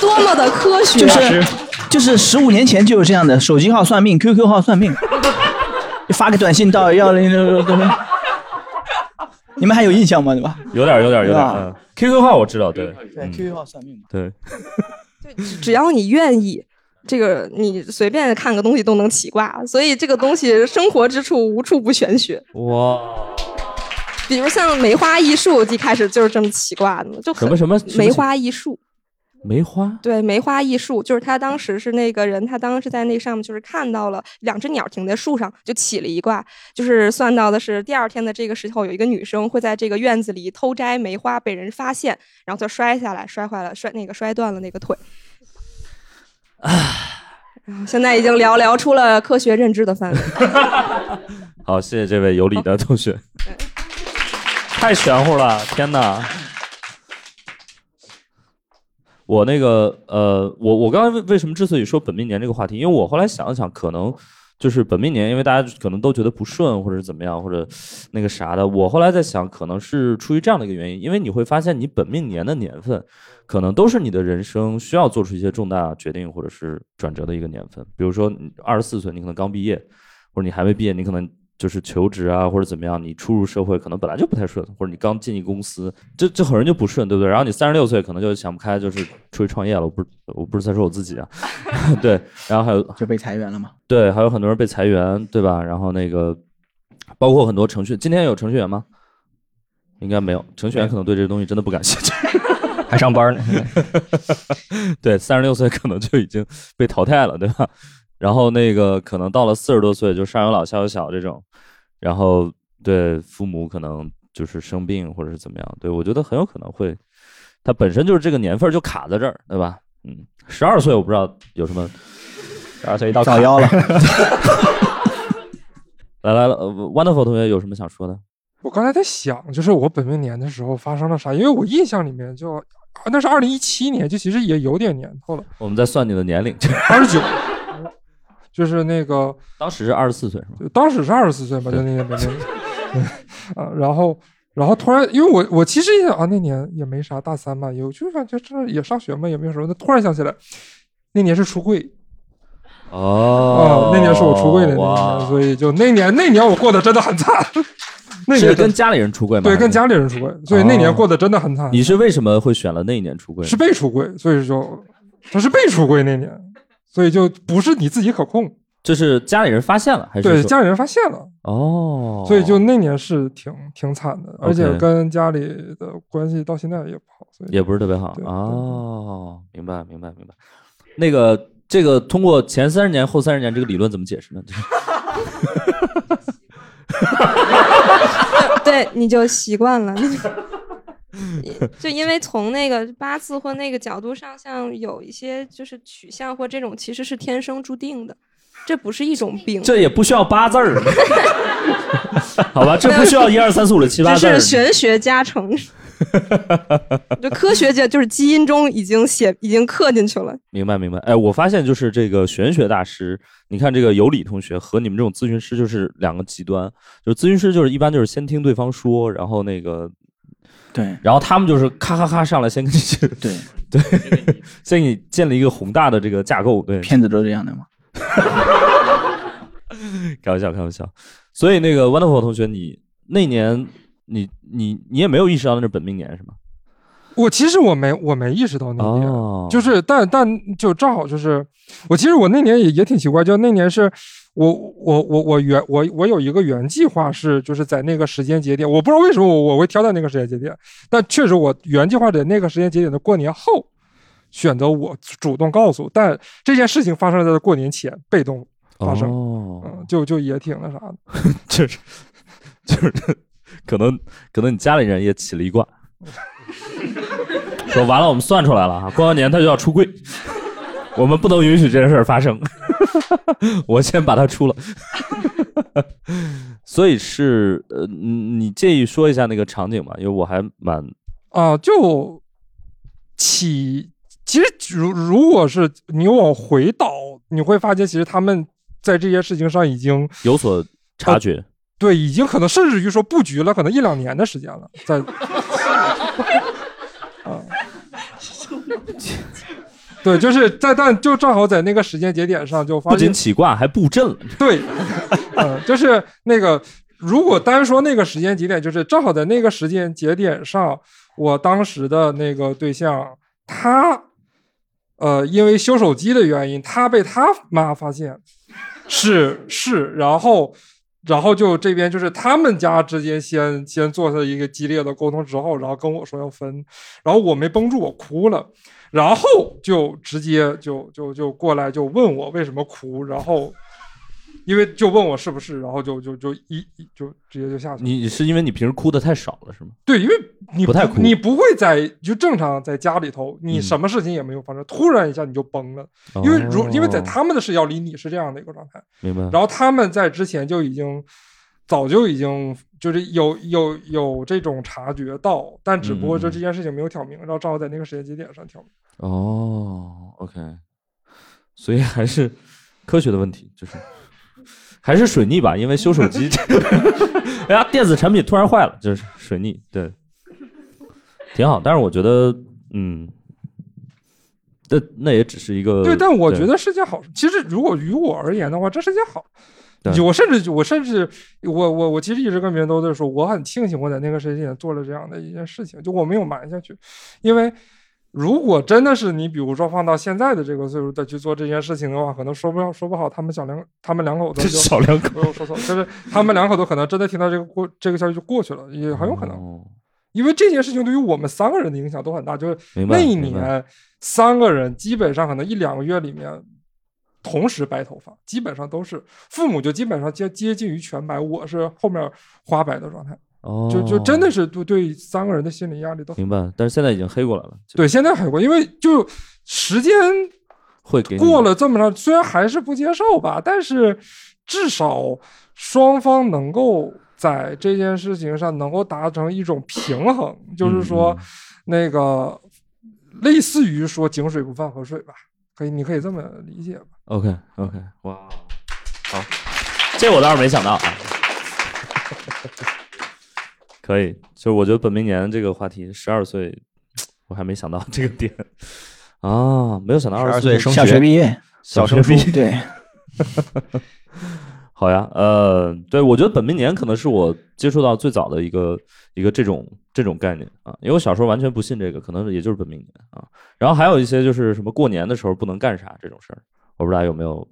R: 多么的科学！
B: 就是就是十五年前就有这样的手机号算命，QQ 号算命，就发个短信到幺零六六，你们还有印象吗？对吧？
A: 有点儿，有点儿，有点儿。
B: 对
A: 嗯 QQ 号我知道，对，
B: 对，QQ 号算命嘛。
A: 对，
R: 只要你愿意，这个你随便看个东西都能起卦，所以这个东西生活之处无处不玄学。
A: 哇，
R: 比如像梅花易数，一开始就是这么起卦的嘛，就很
A: 什么什么什么
R: 梅花易数。
A: 梅花
R: 对，梅花易数就是他当时是那个人，他当时在那上面就是看到了两只鸟停在树上，就起了一卦，就是算到的是第二天的这个时候，有一个女生会在这个院子里偷摘梅花，被人发现，然后就摔下来，摔坏了，摔那个摔断了那个腿。唉，现在已经聊聊出了科学认知的范围。
A: <laughs> 好，谢谢这位有理的同学，太玄乎了，天哪！我那个呃，我我刚才为为什么之所以说本命年这个话题，因为我后来想了想，可能就是本命年，因为大家可能都觉得不顺，或者是怎么样，或者那个啥的。我后来在想，可能是出于这样的一个原因，因为你会发现你本命年的年份，可能都是你的人生需要做出一些重大决定或者是转折的一个年份。比如说你二十四岁，你可能刚毕业，或者你还没毕业，你可能就是求职啊，或者怎么样，你初入社会可能本来就不太顺，或者你刚进一公司，这这很容易就不顺，对不对？然后你三十六岁可能就想不开，就是出去创业了。我不是我不是在说我自己啊，对，然后还有
B: 就被裁员了嘛？
A: 对，还有很多人被裁员，对吧？然后那个包括很多程序，今天有程序员吗？应该没有，程序员可能对这个东西真的不感兴趣， <laughs> 还上班呢。 <laughs> 对，三十六岁可能就已经被淘汰了，对吧？然后那个可能到了四十多岁，就上有老下有小这种，然后对父母可能就是生病或者是怎么样，对我觉得很有可能会，他本身就是这个年份就卡在这儿，对吧？嗯，十二岁我不知道有什么，十二岁一到
B: 早夭了。
A: <laughs>
B: <laughs>
A: 来来了，Wonderful 同学有什么想说的？
I: 我刚才在想，就是我本命年的时候发生了啥，因为我印象里面就啊那是二零一七年，就其实也有点年头了，
A: 我们在算你的年龄，
I: 二十九，就是那个
A: <laughs> 当时是二十四岁是吗？
I: 就当时是二十四岁嘛，就那年本命年啊，然后然后突然，因为我我其实也啊那年也没啥，大三嘛，有就感觉这也上学嘛，也没有什么，那突然想起来，那年是出柜。
A: 哦
I: 啊，那年是我出柜的那
A: 哇
I: 年，所以就那年那年我过得真的很惨。 <laughs> 那年
A: 是跟家里人出柜吗？哦
I: 对跟家里人出柜，所以那年过得真的很惨。
A: 你是为什么会选了那一年出柜？
I: 是被出柜，所以就他是被出柜那年，所以就不是你自己可控。
A: 就是家里人发现了，还是
I: 对
A: 说
I: 家里人发现了，
A: 哦，
I: 所以就那年是挺挺惨的，而且
A: OK
I: 跟家里的关系到现在也不好，所以
A: 也不是特别好哦，明白明白明白。那个这个通过前三十年后三十年这个理论怎么解释呢？ <laughs> 就是
R: 对，你就习惯了。 <laughs> 就因为从那个八字或那个角度上，像有一些就是取向或这种，其实是天生注定的，这不是一种病。
A: 这也不需要八字儿， <laughs> 好吧？这不需要一二三四五六七八字
R: 这
A: 儿
R: 是，玄学加成。 <laughs> 就科学界就是基因中已经写已经刻进去了，
A: 明白明白。哎，我发现就是这个玄学大师，你看这个有理同学和你们这种咨询师就是两个极端，就是咨询师就是一般就是先听对方说，然后那个
O: 对，
A: 然后他们就是咔咔咔上来先给你
O: 对
A: <laughs> 对，先给你建立一个宏大的这个架构，对，
O: 骗子都是这样的嘛。
A: <laughs> 开玩笑，开玩笑。所以那个 Wonderful 同学，你那年你你你也没有意识到那是本命年是吗？
I: 我其实我没我没意识到那一点，
A: 哦
I: 就是但但就正好就是我其实我那年也也挺奇怪，就那年是我我我我原我我有一个原计划是就是在那个时间节点，我不知道为什么我我会挑在那个时间节点，但确实我原计划在那个时间节点的过年后选择我主动告诉，但这件事情发生在过年前被动发生，
A: 哦，
I: 嗯就就也挺那啥的。
A: 就是就是，可能可能你家里人也起了一卦，说完了我们算出来了啊，过完年他就要出柜，我们不能允许这件事儿发生， <laughs> 我先把他出了。 <laughs> 所以是呃，你你介意说一下那个场景吗？因为我还蛮
I: 啊，就起，其实如如果是你往回倒，你会发现其实他们在这些事情上已经
A: 有所
I: 呃
A: 察觉。
I: 对，已经可能甚至于说布局了，可能一两年的时间了，在啊，对，就是在但就正好在那个时间节点上就发
A: 不
I: 现
A: 仅起卦还布阵了。
I: 对， <laughs> 嗯，就是那个，如果单说那个时间节点，就是正好在那个时间节点上，我当时的那个对象，他，呃，因为修手机的原因，他被他妈发现，是是，然后。然后就这边就是他们家之间先先做了一个激烈的沟通之后，然后跟我说要分，然后我没绷住，我哭了，然后就直接就就就过来就问我为什么哭，然后因为就问我是不是，然后就就就一一就直接就下去了。
A: 你你是因为你平时哭的太少了是吗？
I: 对，因为你
A: 不太哭
I: 你不会在就正常在家里头，你
A: 嗯
I: 什么事情也没有发生，突然一下你就崩了，因为如、
A: 哦
I: 因为在他们的视角里你是这样的一个状态，
A: 明白
I: 然后他们在之前就已经早就已经就是有有有这种察觉到，但只不过
A: 嗯
I: 就这件事情没有挑明，然后正好在那个时间节点上挑明。
A: 哦，OK，所以还是科学的问题，就是还是水逆吧，因为修手机， <laughs> 哎呀，电子产品突然坏了，就是水逆，对，挺好。但是我觉得，嗯，那那也只是一个
I: 对，但我觉得是件好事。其实如果于我而言的话，这是件好。
A: 对
I: 我甚至我甚至我我我其实一直跟别人都在说，我很庆幸我在那个时间点做了这样的一件事情，就我没有瞒下去，因为。如果真的是你，比如说放到现在的这个岁数再去做这件事情的话，可能说不要说不好，他们小两他们两口子就
A: 小两口，
I: 我说错了，就是他们两口子可能真的听到这个过这个消息就过去了，也很有可能。
A: 哦
I: 因为这件事情对于我们三个人的影响都很大，就是
A: 明白
I: 那一
A: 明白
I: 年三个人基本上可能一两个月里面同时白头发，基本上都是父母就基本上接接近于全白，我是后面花白的状态，
A: 哦，
I: 就就真的是对对三个人的心理压力都很
A: 明白。但是现在已经黑过来了，
I: 对。现在很过，因为就时间
A: 会给你
I: 过了这么长，虽然还是不接受吧，但是至少双方能够在这件事情上能够达成一种平衡，就是
A: 嗯
I: 说，那个类似于说井水不犯河水吧，可以，你可以这么理解吧。
A: OK OK，哇，哦好，这我倒是没想到啊。可以，就是我觉得本命年这个话题，十二岁，我还没想到这个点 <laughs> 啊，没有想到
C: 12
A: <laughs> 二
C: 岁升
O: 小学毕业
A: 小
O: 小学毕业
A: 业， <laughs>
O: 对。
A: 好呀，呃，对，我觉得本命年可能是我接触到最早的一个一个这种这种概念啊，因为我小时候完全不信这个，可能也就是本命年啊。然后还有一些就是什么过年的时候不能干啥这种事儿，我不知道有没有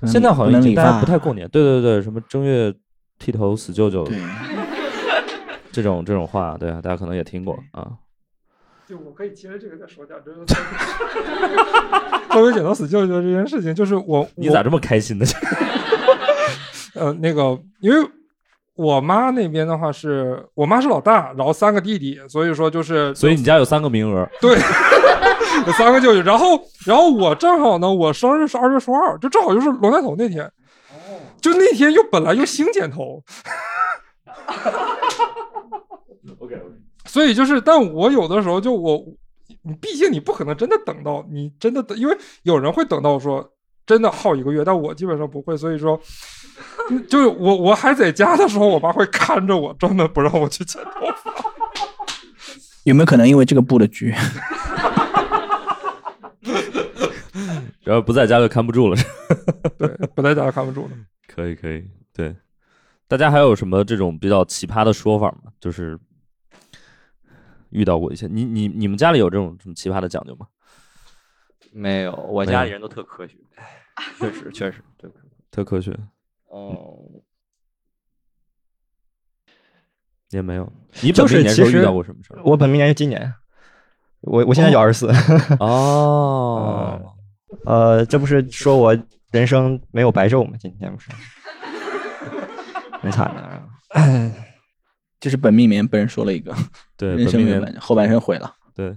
B: 能
A: 现在好
B: 不
A: 像
B: 能
A: 已经
B: 理
A: 大家
B: 发
A: 不太过年，对对对，什么正月剃头死舅舅，这种这种话，对啊，大家可能也听过啊。
I: 就我可以接着这个再说点，就是关于剪刀死舅舅这件事情，就是我
A: 你咋这么开心呢？ <laughs>
I: 呃，那个，因为我妈那边的话是我妈是老大，然后三个弟弟，所以说就是
A: 所以你家有三个名额，
I: <laughs> 对，有三个舅舅。然后，然后我正好呢，我生日是二月初二，就正好就是龙抬头那天。 <laughs> 就那天又本来就兴剪头，
A: OK，
I: <laughs> 所以就是，但我有的时候就我，你毕竟你不可能真的等到你真的等，因为有人会等到说真的耗一个月，但我基本上不会，所以说，嗯就是我我还在家的时候，我妈会看着我，专门不让我去剪头发。 <laughs>
B: 有没有可能因为这个布的
A: <laughs>
B: 局？
A: 然后不在家就看不住了，
I: 对，不在家就看不住了。
A: 可以可以，对，大家还有什么这种比较奇葩的说法吗？就是遇到过一些，你你你们家里有这种什么奇葩的讲究吗？
S: 没有，我
A: 没
S: 家
A: 有
S: 里人都特科学，确实确实对。
A: 特科学
S: 哦，
A: 也没有，你本
C: 就
A: 命
C: 是
A: 年时
C: 其
A: 候
C: 实
A: 遇到过什么事儿？
C: 我本命年就今年，我我现在就
A: 哦
C: 二十四。 <laughs>
A: 哦，
C: 呃，这不是说我人生没有白昼吗？今天不是，很惨的啊。
B: 就是本命年，本人说了一个，
A: 对
B: 人
A: 本
B: 生
A: 命
B: 没有
A: 年
B: 完后半生毁了。
A: 对，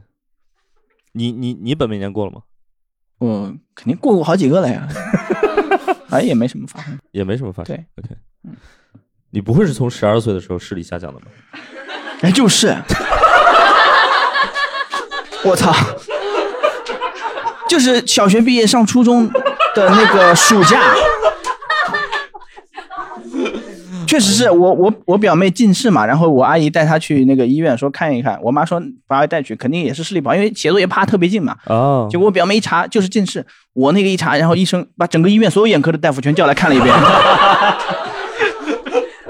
A: 你你你本命年过了吗？
B: 我肯定过过好几个了
A: <laughs>
B: 呀，哎，也没什么发生。
A: 也没什么发生。
B: 对
A: ，OK，你
C: 嗯
A: 不会是从十二岁的时候视力下降的吧？
B: 哎，就是，我操，就是小学毕业上初中的那个暑假，确实是我我我表妹近视嘛，然后我阿姨带她去那个医院说看一看，我妈说把她带去，肯定也是视力不好，因为写作业趴特别近嘛。
A: 哦
B: 结果我表妹一查就是近视，我那个一查，然后医生把整个医院所有眼科的大夫全叫来看了一遍， <laughs>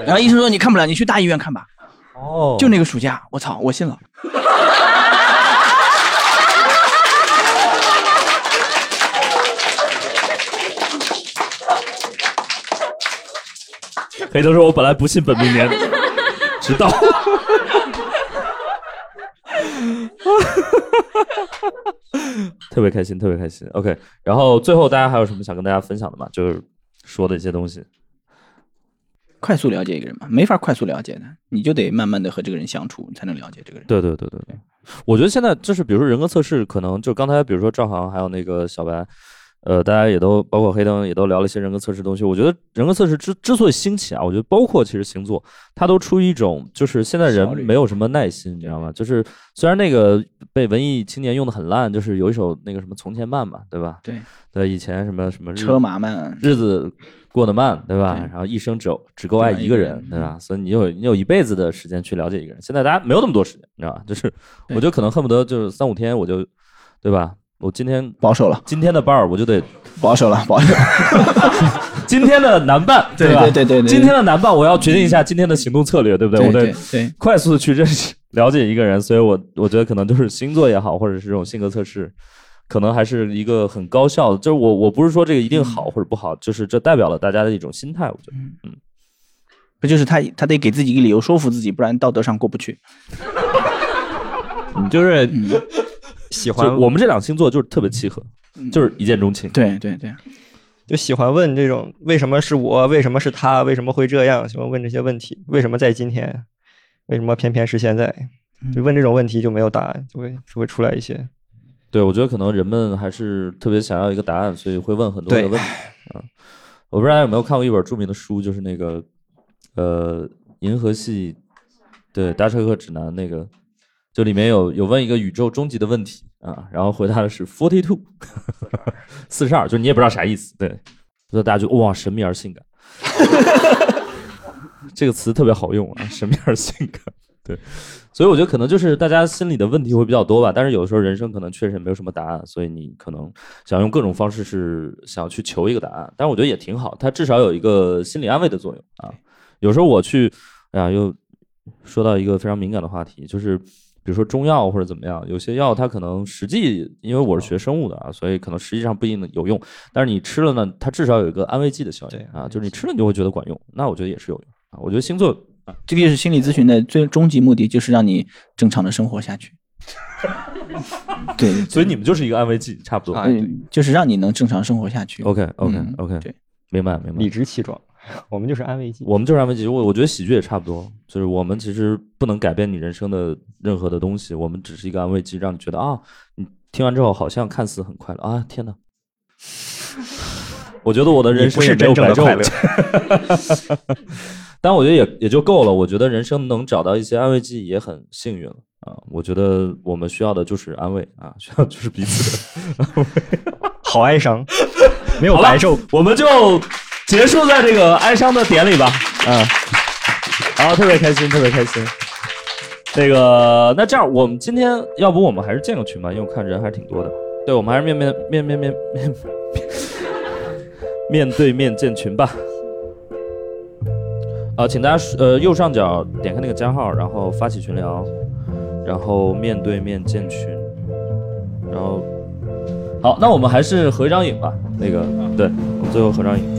B: 然后医生说你看不了，你去大医院看吧。
A: 哦
B: 就那个暑假，我操，我信了。
A: 黑头说：“我本来不信本命年，直
I: <laughs>
A: 到特别开心，特别开心。OK，然后最后大家还有什么想跟大家分享的吗？就是说的一些东西。
B: 快速了解一个人嘛，没法快速了解的，你就得慢慢的和这个人相处，你才能了解这个人。
A: 对对对对对，我觉得现在就是比如说人格测试，可能就刚才比如说赵航还有那个小白，呃，大家也都包括黑灯也都聊了一些人格测试的东西。我觉得人格测试之之所以兴起啊，我觉得包括其实星座，它都出于一种就是现在人没有什么耐心，你知道吗？就是虽然那个被文艺青年用的很烂，就是有一首那个什么《从前慢》嘛，对吧？
B: 对
A: 对，以前什么什么日
B: 车马慢，
A: 日子过得慢，对吧？然后一生只有只够爱一个人，对吧？所以你有你有一辈子的时间去了解一个人。现在大家没有那么多时间，你知道吧？就是我就可能恨不得就是三五天我就，对吧？我今天
B: 保守了，
A: 今天的伴儿我就得
B: 保守了，保守。
A: <laughs> 今天的男伴，
B: 对
A: 吧？
B: 对对对对
A: 今天的男伴我要决定一下今天的行动策略，对不对？
B: 对
A: 我得
B: 对对
A: 快速的去认识 <laughs> 了解一个人，所以我我觉得可能就是星座也好，或者是这种性格测试，可能还是一个很高效的。就是我我不是说这个一定好或者不好，就是这代表了大家的一种心态，我觉得。
B: 不就是他他得给自己一个理由说服自己，不然道德上过不去。嗯
C: 你就是喜欢
A: 就我们这两星座就是特别契合，就是一见钟情。
B: 嗯对对对，
C: 就喜欢问这种为什么是我，为什么是他，为什么会这样，喜欢问这些问题，为什么在今天，为什么偏偏是现在，
A: 嗯
C: 就问这种问题就没有答案，就会就会出来一些。
A: 对，我觉得可能人们还是特别想要一个答案，所以会问很多的
C: 对
A: 问题啊。我不知道大家有没有看过一本著名的书，就是那个呃《银河系》对《搭车客指南》那个，就里面有有问一个宇宙终极的问题啊，然后回答的是 forty two，四十二，就是你也不知道啥意思，对，所以大家就哇神秘而性感，这个词特别好用啊，神秘而性感。对，所以我觉得可能就是大家心里的问题会比较多吧，但是有的时候人生可能确实也没有什么答案，所以你可能想用各种方式是想要去求一个答案，但是我觉得也挺好，它至少有一个心理安慰的作用啊。有时候我去，哎呀，又说到一个非常敏感的话题，就是比如说中药或者怎么样，有些药它可能实际，因为我是学生物的啊，所以可能实际上不一定有用，但是你吃了呢，它至少有一个安慰剂的效应啊，就是你吃了你就会觉得管用，那我觉得也是有用啊。我觉得
C: <laughs>
A: 星座
B: 这个就是心理咨询的最终极目的，就是让你正常的生活下去。对，
A: 所以你们就是一个安慰剂，差不
C: 啊
A: 多，
B: 嗯，就是让你能正常生活下去。嗯
A: OK OK OK，
B: 对，
A: 明白明
C: 嗯
A: 白，
C: 理直气壮。我们就是安慰剂，
A: 我们就是安慰剂。我我觉得喜剧也差不多，就是我们其实不能改变你人生的任何的东西，我们只是一个安慰剂，让你觉得啊，你听完之后好像看似很快乐啊，
C: <laughs>
A: 天哪！我觉得我的人生
C: 你不是
A: 也没有
C: 真正的
A: 白昼 <laughs> 但我觉得也也就够了。我觉得人生能找到一些安慰剂也很幸运了啊！我觉得我们需要的就是安慰啊，需要就是彼此的安慰。
C: 好哀
A: <laughs>
C: 伤，啊没有白昼，
A: 我们就结束在这个哀伤的典礼吧。嗯，好，特别开心，特别开心。那个，那这样，我们今天要不我们还是建个群吧，因为我看人还挺多的。对，我们还是面面面面面面面对面建群吧。啊、请大家呃右上角点开那个加号，然后发起群聊，然后面对面建群，然后好，那我们还是合一张影吧。那个，对，我们最后合张影。